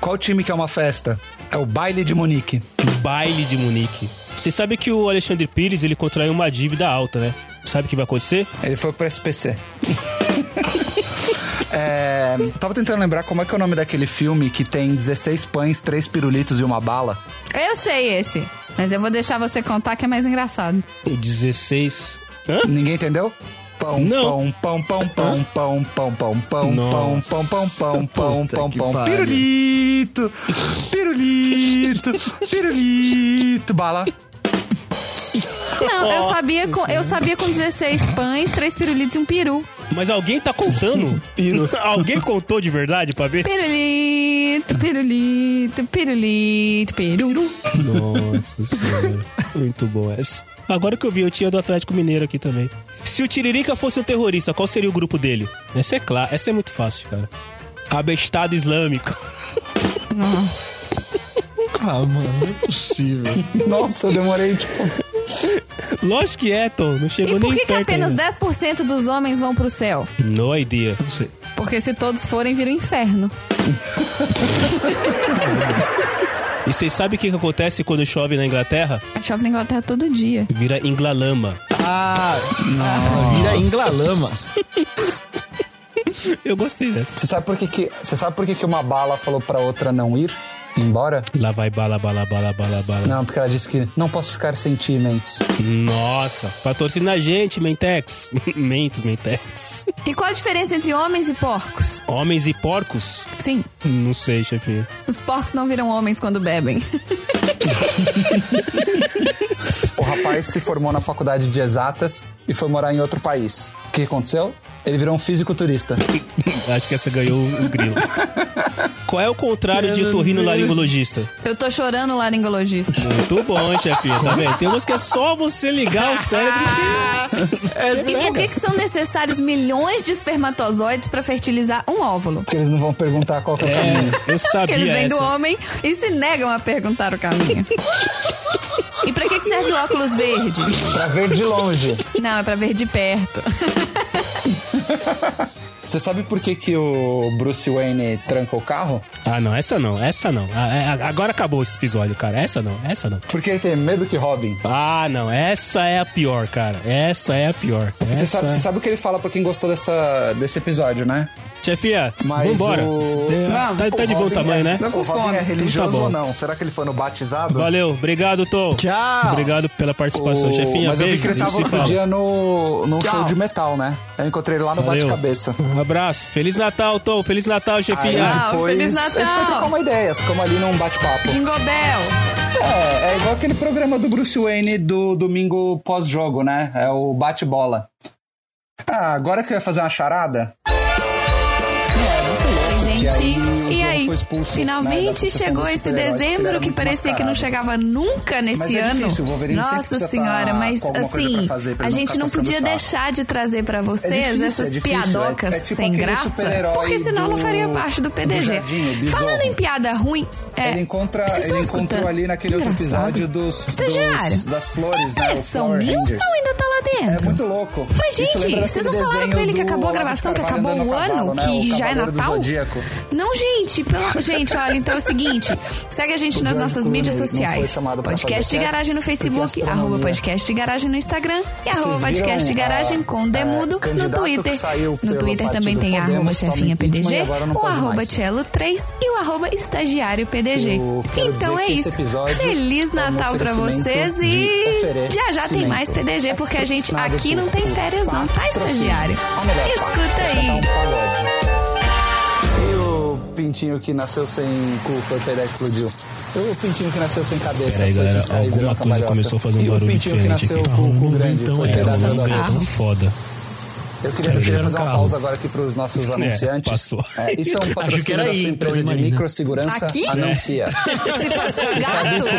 Speaker 4: Qual time que é uma festa? É o baile de Munique.
Speaker 1: Baile de Munique. Você sabe que o Alexandre Pires, ele contraiu uma dívida alta, né? Sabe o que vai acontecer?
Speaker 4: Ele foi pro SPC. É, tava tentando lembrar como é que é o nome daquele filme que tem 16 pães, 3 pirulitos e uma bala.
Speaker 2: Eu sei esse. Mas eu vou deixar você contar que é mais engraçado.
Speaker 1: O 16... Hã?
Speaker 4: Ninguém entendeu? Pão,
Speaker 1: Não.
Speaker 4: pão, pão, pão, pão, pão, pão, pão, pão,
Speaker 1: Nossa.
Speaker 4: pão, pão, pão, pão,
Speaker 3: Puta
Speaker 4: pão,
Speaker 3: que
Speaker 4: pão,
Speaker 3: pariu.
Speaker 4: pirulito, pirulito, pirulito, bala.
Speaker 2: Não, eu sabia com, eu sabia com 16 pães, 3 pirulitos e um peru.
Speaker 1: Mas alguém tá contando? alguém contou de verdade pra ver? se-
Speaker 2: Pirulito, pirulito, pirulito, peru.
Speaker 1: Nossa senhora. Muito bom essa. Agora que eu vi, eu tinha do Atlético Mineiro aqui também. Se o Tiririca fosse um terrorista, qual seria o grupo dele? Essa é claro, essa é muito fácil, cara. Abestado Islâmico.
Speaker 3: Ah, mano, não é possível.
Speaker 4: Nossa, eu demorei tipo.
Speaker 1: Lógico que é, Tom. Não
Speaker 2: E
Speaker 1: chegou
Speaker 2: por
Speaker 1: nem
Speaker 2: que, que
Speaker 1: perto
Speaker 2: apenas
Speaker 1: ainda.
Speaker 2: 10% dos homens vão pro céu?
Speaker 1: No idea.
Speaker 3: Não sei.
Speaker 2: Porque se todos forem, vira o inferno.
Speaker 1: E vocês sabem o que, que acontece quando chove na Inglaterra?
Speaker 2: Chove na Inglaterra todo dia.
Speaker 1: Vira Inglalama.
Speaker 3: Ah, vira Inglalama.
Speaker 1: Eu gostei dessa.
Speaker 4: Você sabe por que que, você sabe por que que uma bala falou pra outra não ir embora?
Speaker 1: Lá vai bala, bala, bala, bala, bala.
Speaker 4: Não, porque ela disse que não posso ficar sem ti, Mendes.
Speaker 1: Nossa, patrocina a gente, Mentex. Mentos, Mentex.
Speaker 2: E qual a diferença entre homens e porcos?
Speaker 1: Homens e porcos?
Speaker 2: Sim,
Speaker 1: Não sei, chefinho.
Speaker 2: os porcos não viram homens quando bebem.
Speaker 4: O rapaz se formou na faculdade de exatas e foi morar em outro país. O que aconteceu? Ele virou um fisiculturista.
Speaker 1: Acho que essa ganhou o grilo. Qual é o contrário de torrino laringologista?
Speaker 2: Eu tô chorando, laringologista.
Speaker 1: Muito bom, chefinho. Tá vendo? Tem umas que é só você ligar o
Speaker 2: É.
Speaker 1: cérebro e
Speaker 2: E por que, que são necessários milhões de espermatozoides pra fertilizar um óvulo?
Speaker 4: Porque eles não vão perguntar qual que é o caminho.
Speaker 1: você... Eu
Speaker 2: Que
Speaker 1: sabia
Speaker 2: eles vêm do
Speaker 1: é essa.
Speaker 2: homem e se negam a perguntar o caminho. E pra que, que serve o óculos verde?
Speaker 4: Pra ver de longe.
Speaker 2: Não, é pra ver de perto.
Speaker 4: Você sabe por que, que o Bruce Wayne tranca o carro?
Speaker 1: Ah, não, essa não, essa não. Ah, é, Agora acabou esse episódio, cara. Essa não, essa não.
Speaker 4: Porque ele tem medo que Robin.
Speaker 1: Ah, não, essa é a pior, cara. Essa é a pior.
Speaker 4: Você
Speaker 1: Essa...
Speaker 4: sabe, você sabe o que ele fala pra quem gostou dessa, desse episódio, né?
Speaker 1: Chefia,
Speaker 4: Mas
Speaker 1: vambora.
Speaker 4: o- Ah,
Speaker 1: Tem-
Speaker 2: Não,
Speaker 1: tá, tá de bom
Speaker 4: Robin
Speaker 1: tamanho,
Speaker 4: é-
Speaker 1: né?
Speaker 2: Tá com
Speaker 4: O Robin
Speaker 2: fome.
Speaker 4: é religioso
Speaker 1: Então tá bom.
Speaker 4: ou não? Será que ele foi no batizado?
Speaker 1: Valeu, obrigado, Tom.
Speaker 3: Tchau.
Speaker 1: Obrigado pela participação,
Speaker 4: O-
Speaker 1: chefinha.
Speaker 4: Mas eu vi
Speaker 1: beijo,
Speaker 4: que ele
Speaker 1: a gente
Speaker 4: tava
Speaker 1: se
Speaker 4: outro
Speaker 1: fala.
Speaker 4: dia no, num
Speaker 3: Tchau.
Speaker 4: show de metal, né? Eu encontrei ele lá no
Speaker 1: Valeu.
Speaker 4: bate-cabeça.
Speaker 1: Um abraço. Feliz Natal, Tom. Feliz Natal,
Speaker 4: Aí
Speaker 1: chefinha.
Speaker 2: Tchau,
Speaker 4: depois
Speaker 2: Feliz
Speaker 4: a gente
Speaker 2: Natal.
Speaker 4: foi trocar uma ideia, ficamos ali num bate-papo.
Speaker 2: Jingle Bell.
Speaker 4: É, é igual aquele programa do Bruce Wayne do domingo pós-jogo, né? É o bate-bola. Ah, agora que eu ia fazer uma charada?
Speaker 2: Oi,
Speaker 4: aí o
Speaker 2: gente. E
Speaker 4: João
Speaker 2: aí?
Speaker 4: foi expulso, né, da
Speaker 2: Finalmente
Speaker 4: Associação
Speaker 2: chegou
Speaker 4: dos
Speaker 2: esse
Speaker 4: Super-Heróis, que ele
Speaker 2: dezembro
Speaker 4: era
Speaker 2: que
Speaker 4: muito
Speaker 2: parecia que não
Speaker 4: mascarado.
Speaker 2: chegava nunca nesse
Speaker 4: é
Speaker 2: ano.
Speaker 4: difícil, o Wolverine sempre
Speaker 2: Nossa
Speaker 4: precisa
Speaker 2: senhora,
Speaker 4: tá
Speaker 2: mas
Speaker 4: com alguma coisa
Speaker 2: assim,
Speaker 4: pra fazer pra
Speaker 2: a
Speaker 4: não
Speaker 2: gente
Speaker 4: ficar
Speaker 2: não
Speaker 4: coçando
Speaker 2: podia
Speaker 4: o saco.
Speaker 2: deixar de trazer pra vocês
Speaker 4: difícil,
Speaker 2: essas
Speaker 4: é difícil,
Speaker 2: piadocas
Speaker 4: é- é tipo
Speaker 2: sem
Speaker 4: aquele
Speaker 2: graça,
Speaker 4: super-herói
Speaker 2: porque senão não
Speaker 4: do-
Speaker 2: faria parte do
Speaker 4: do
Speaker 2: PDG.
Speaker 4: Jardim, o Besouro.
Speaker 2: Falando em piada ruim, é,
Speaker 4: ele encontra,
Speaker 2: vocês
Speaker 4: ele
Speaker 2: estão
Speaker 4: encontrou
Speaker 2: escutando?
Speaker 4: ali naquele outro
Speaker 2: Engraçado.
Speaker 4: episódio dos,
Speaker 2: Estagiário,
Speaker 4: dos- das flores, né? O
Speaker 2: Impressão
Speaker 4: Flower
Speaker 2: minha ou o
Speaker 4: Rangers.
Speaker 2: Sal ainda tá lá
Speaker 4: É
Speaker 2: dentro?
Speaker 4: muito louco.
Speaker 2: Mas,
Speaker 4: Isso
Speaker 2: gente,
Speaker 4: lembra
Speaker 2: vocês não
Speaker 4: daquele
Speaker 2: falaram pra
Speaker 4: desenho
Speaker 2: ele que
Speaker 4: do
Speaker 2: acabou a
Speaker 4: Olavo de
Speaker 2: gravação, que
Speaker 4: Carvalho
Speaker 2: acabou
Speaker 4: andando
Speaker 2: o
Speaker 4: a cavalo,
Speaker 2: ano,
Speaker 4: né?
Speaker 2: que
Speaker 4: O
Speaker 2: já é
Speaker 4: Cavaleiro do
Speaker 2: Natal?
Speaker 4: Zodíaco.
Speaker 2: Não, gente, pela... gente, olha, então é o seguinte, segue a gente nas
Speaker 4: Jorge
Speaker 2: nossas
Speaker 4: Clooney
Speaker 2: mídias
Speaker 4: não foi
Speaker 2: sociais.
Speaker 4: chamado pra
Speaker 2: Podcast
Speaker 4: fazer
Speaker 2: de Garagem no
Speaker 4: porque
Speaker 2: Facebook,
Speaker 4: astronomia.
Speaker 2: arroba Podcast de Garagem no Instagram e arroba
Speaker 4: Vocês
Speaker 2: Podcast de
Speaker 4: viram,
Speaker 2: Garagem
Speaker 4: ah,
Speaker 2: com Demudo
Speaker 4: ah,
Speaker 2: no
Speaker 4: candidato
Speaker 2: Twitter.
Speaker 4: que saiu
Speaker 2: No
Speaker 4: pelo
Speaker 2: Twitter
Speaker 4: Partido
Speaker 2: também tem a arroba
Speaker 4: Podemos,
Speaker 2: chefinha
Speaker 4: toma impeachment e
Speaker 2: PDG,
Speaker 4: agora não
Speaker 2: o
Speaker 4: pode
Speaker 2: arroba
Speaker 4: mais.
Speaker 2: Tchelo3 e o arroba Estagiário PDG.
Speaker 4: Eu quero
Speaker 2: É, Então
Speaker 4: dizer
Speaker 2: é
Speaker 4: que esse
Speaker 2: isso.
Speaker 4: episódio
Speaker 2: Feliz
Speaker 4: é um
Speaker 2: Natal pra
Speaker 4: oferecimento
Speaker 2: vocês
Speaker 4: de
Speaker 2: e
Speaker 4: oferecimento. É
Speaker 2: já já tem mais PDG porque a gente aqui não tem férias não, tá estagiário?
Speaker 4: A melhor parte
Speaker 2: Escuta
Speaker 4: é
Speaker 2: aí.
Speaker 4: cantar um pagode. E o pintinho que nasceu sem cu foi pegar e explodiu. E o pintinho que nasceu sem cabeça
Speaker 1: Peraí,
Speaker 4: foi
Speaker 1: galera,
Speaker 4: ciscar e
Speaker 1: alguma
Speaker 4: virou
Speaker 1: coisa
Speaker 4: cambalhota.
Speaker 1: começou a fazer um
Speaker 4: E o
Speaker 1: barulho
Speaker 4: pintinho que
Speaker 1: diferente
Speaker 4: nasceu
Speaker 1: aqui.
Speaker 4: com o cu
Speaker 1: Arruma um
Speaker 4: grande
Speaker 1: ventão
Speaker 4: foi
Speaker 1: aí,
Speaker 4: pedaço
Speaker 1: arruma
Speaker 4: da
Speaker 1: um
Speaker 4: dor.
Speaker 1: ventão foda.
Speaker 4: Eu queria, eu queria
Speaker 1: Era
Speaker 4: fazer
Speaker 1: um
Speaker 4: uma
Speaker 1: carro. É,
Speaker 4: pausa agora aqui para os nossos anunciantes.
Speaker 1: passou.
Speaker 4: É, isso é um
Speaker 3: Acho que
Speaker 4: patrocínio
Speaker 3: era
Speaker 4: da sua
Speaker 3: aí, então,
Speaker 4: empresa de
Speaker 3: Marina.
Speaker 4: microsegurança
Speaker 2: Aqui?
Speaker 4: anuncia.
Speaker 1: É.
Speaker 2: Se fosse um
Speaker 4: Por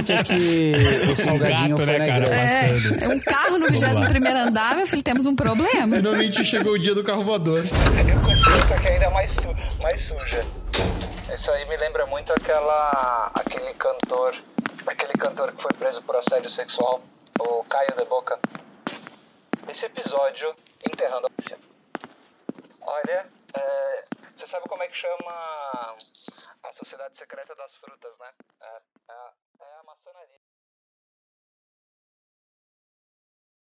Speaker 4: que,
Speaker 2: gato.
Speaker 4: que o
Speaker 1: gato,
Speaker 4: salgadinho foi
Speaker 1: né,
Speaker 4: na
Speaker 1: cara?
Speaker 4: igreja?
Speaker 2: É, é um carro no 21 andar, meu filho, temos um problema.
Speaker 3: Finalmente chegou o dia do carro voador.
Speaker 5: Eu prefiro, só que ainda é mais, su mais suja. Isso aí me lembra muito aquela. aquele cantor. aquele cantor que foi preso por assédio sexual, o Caio de Boca. é, né? É,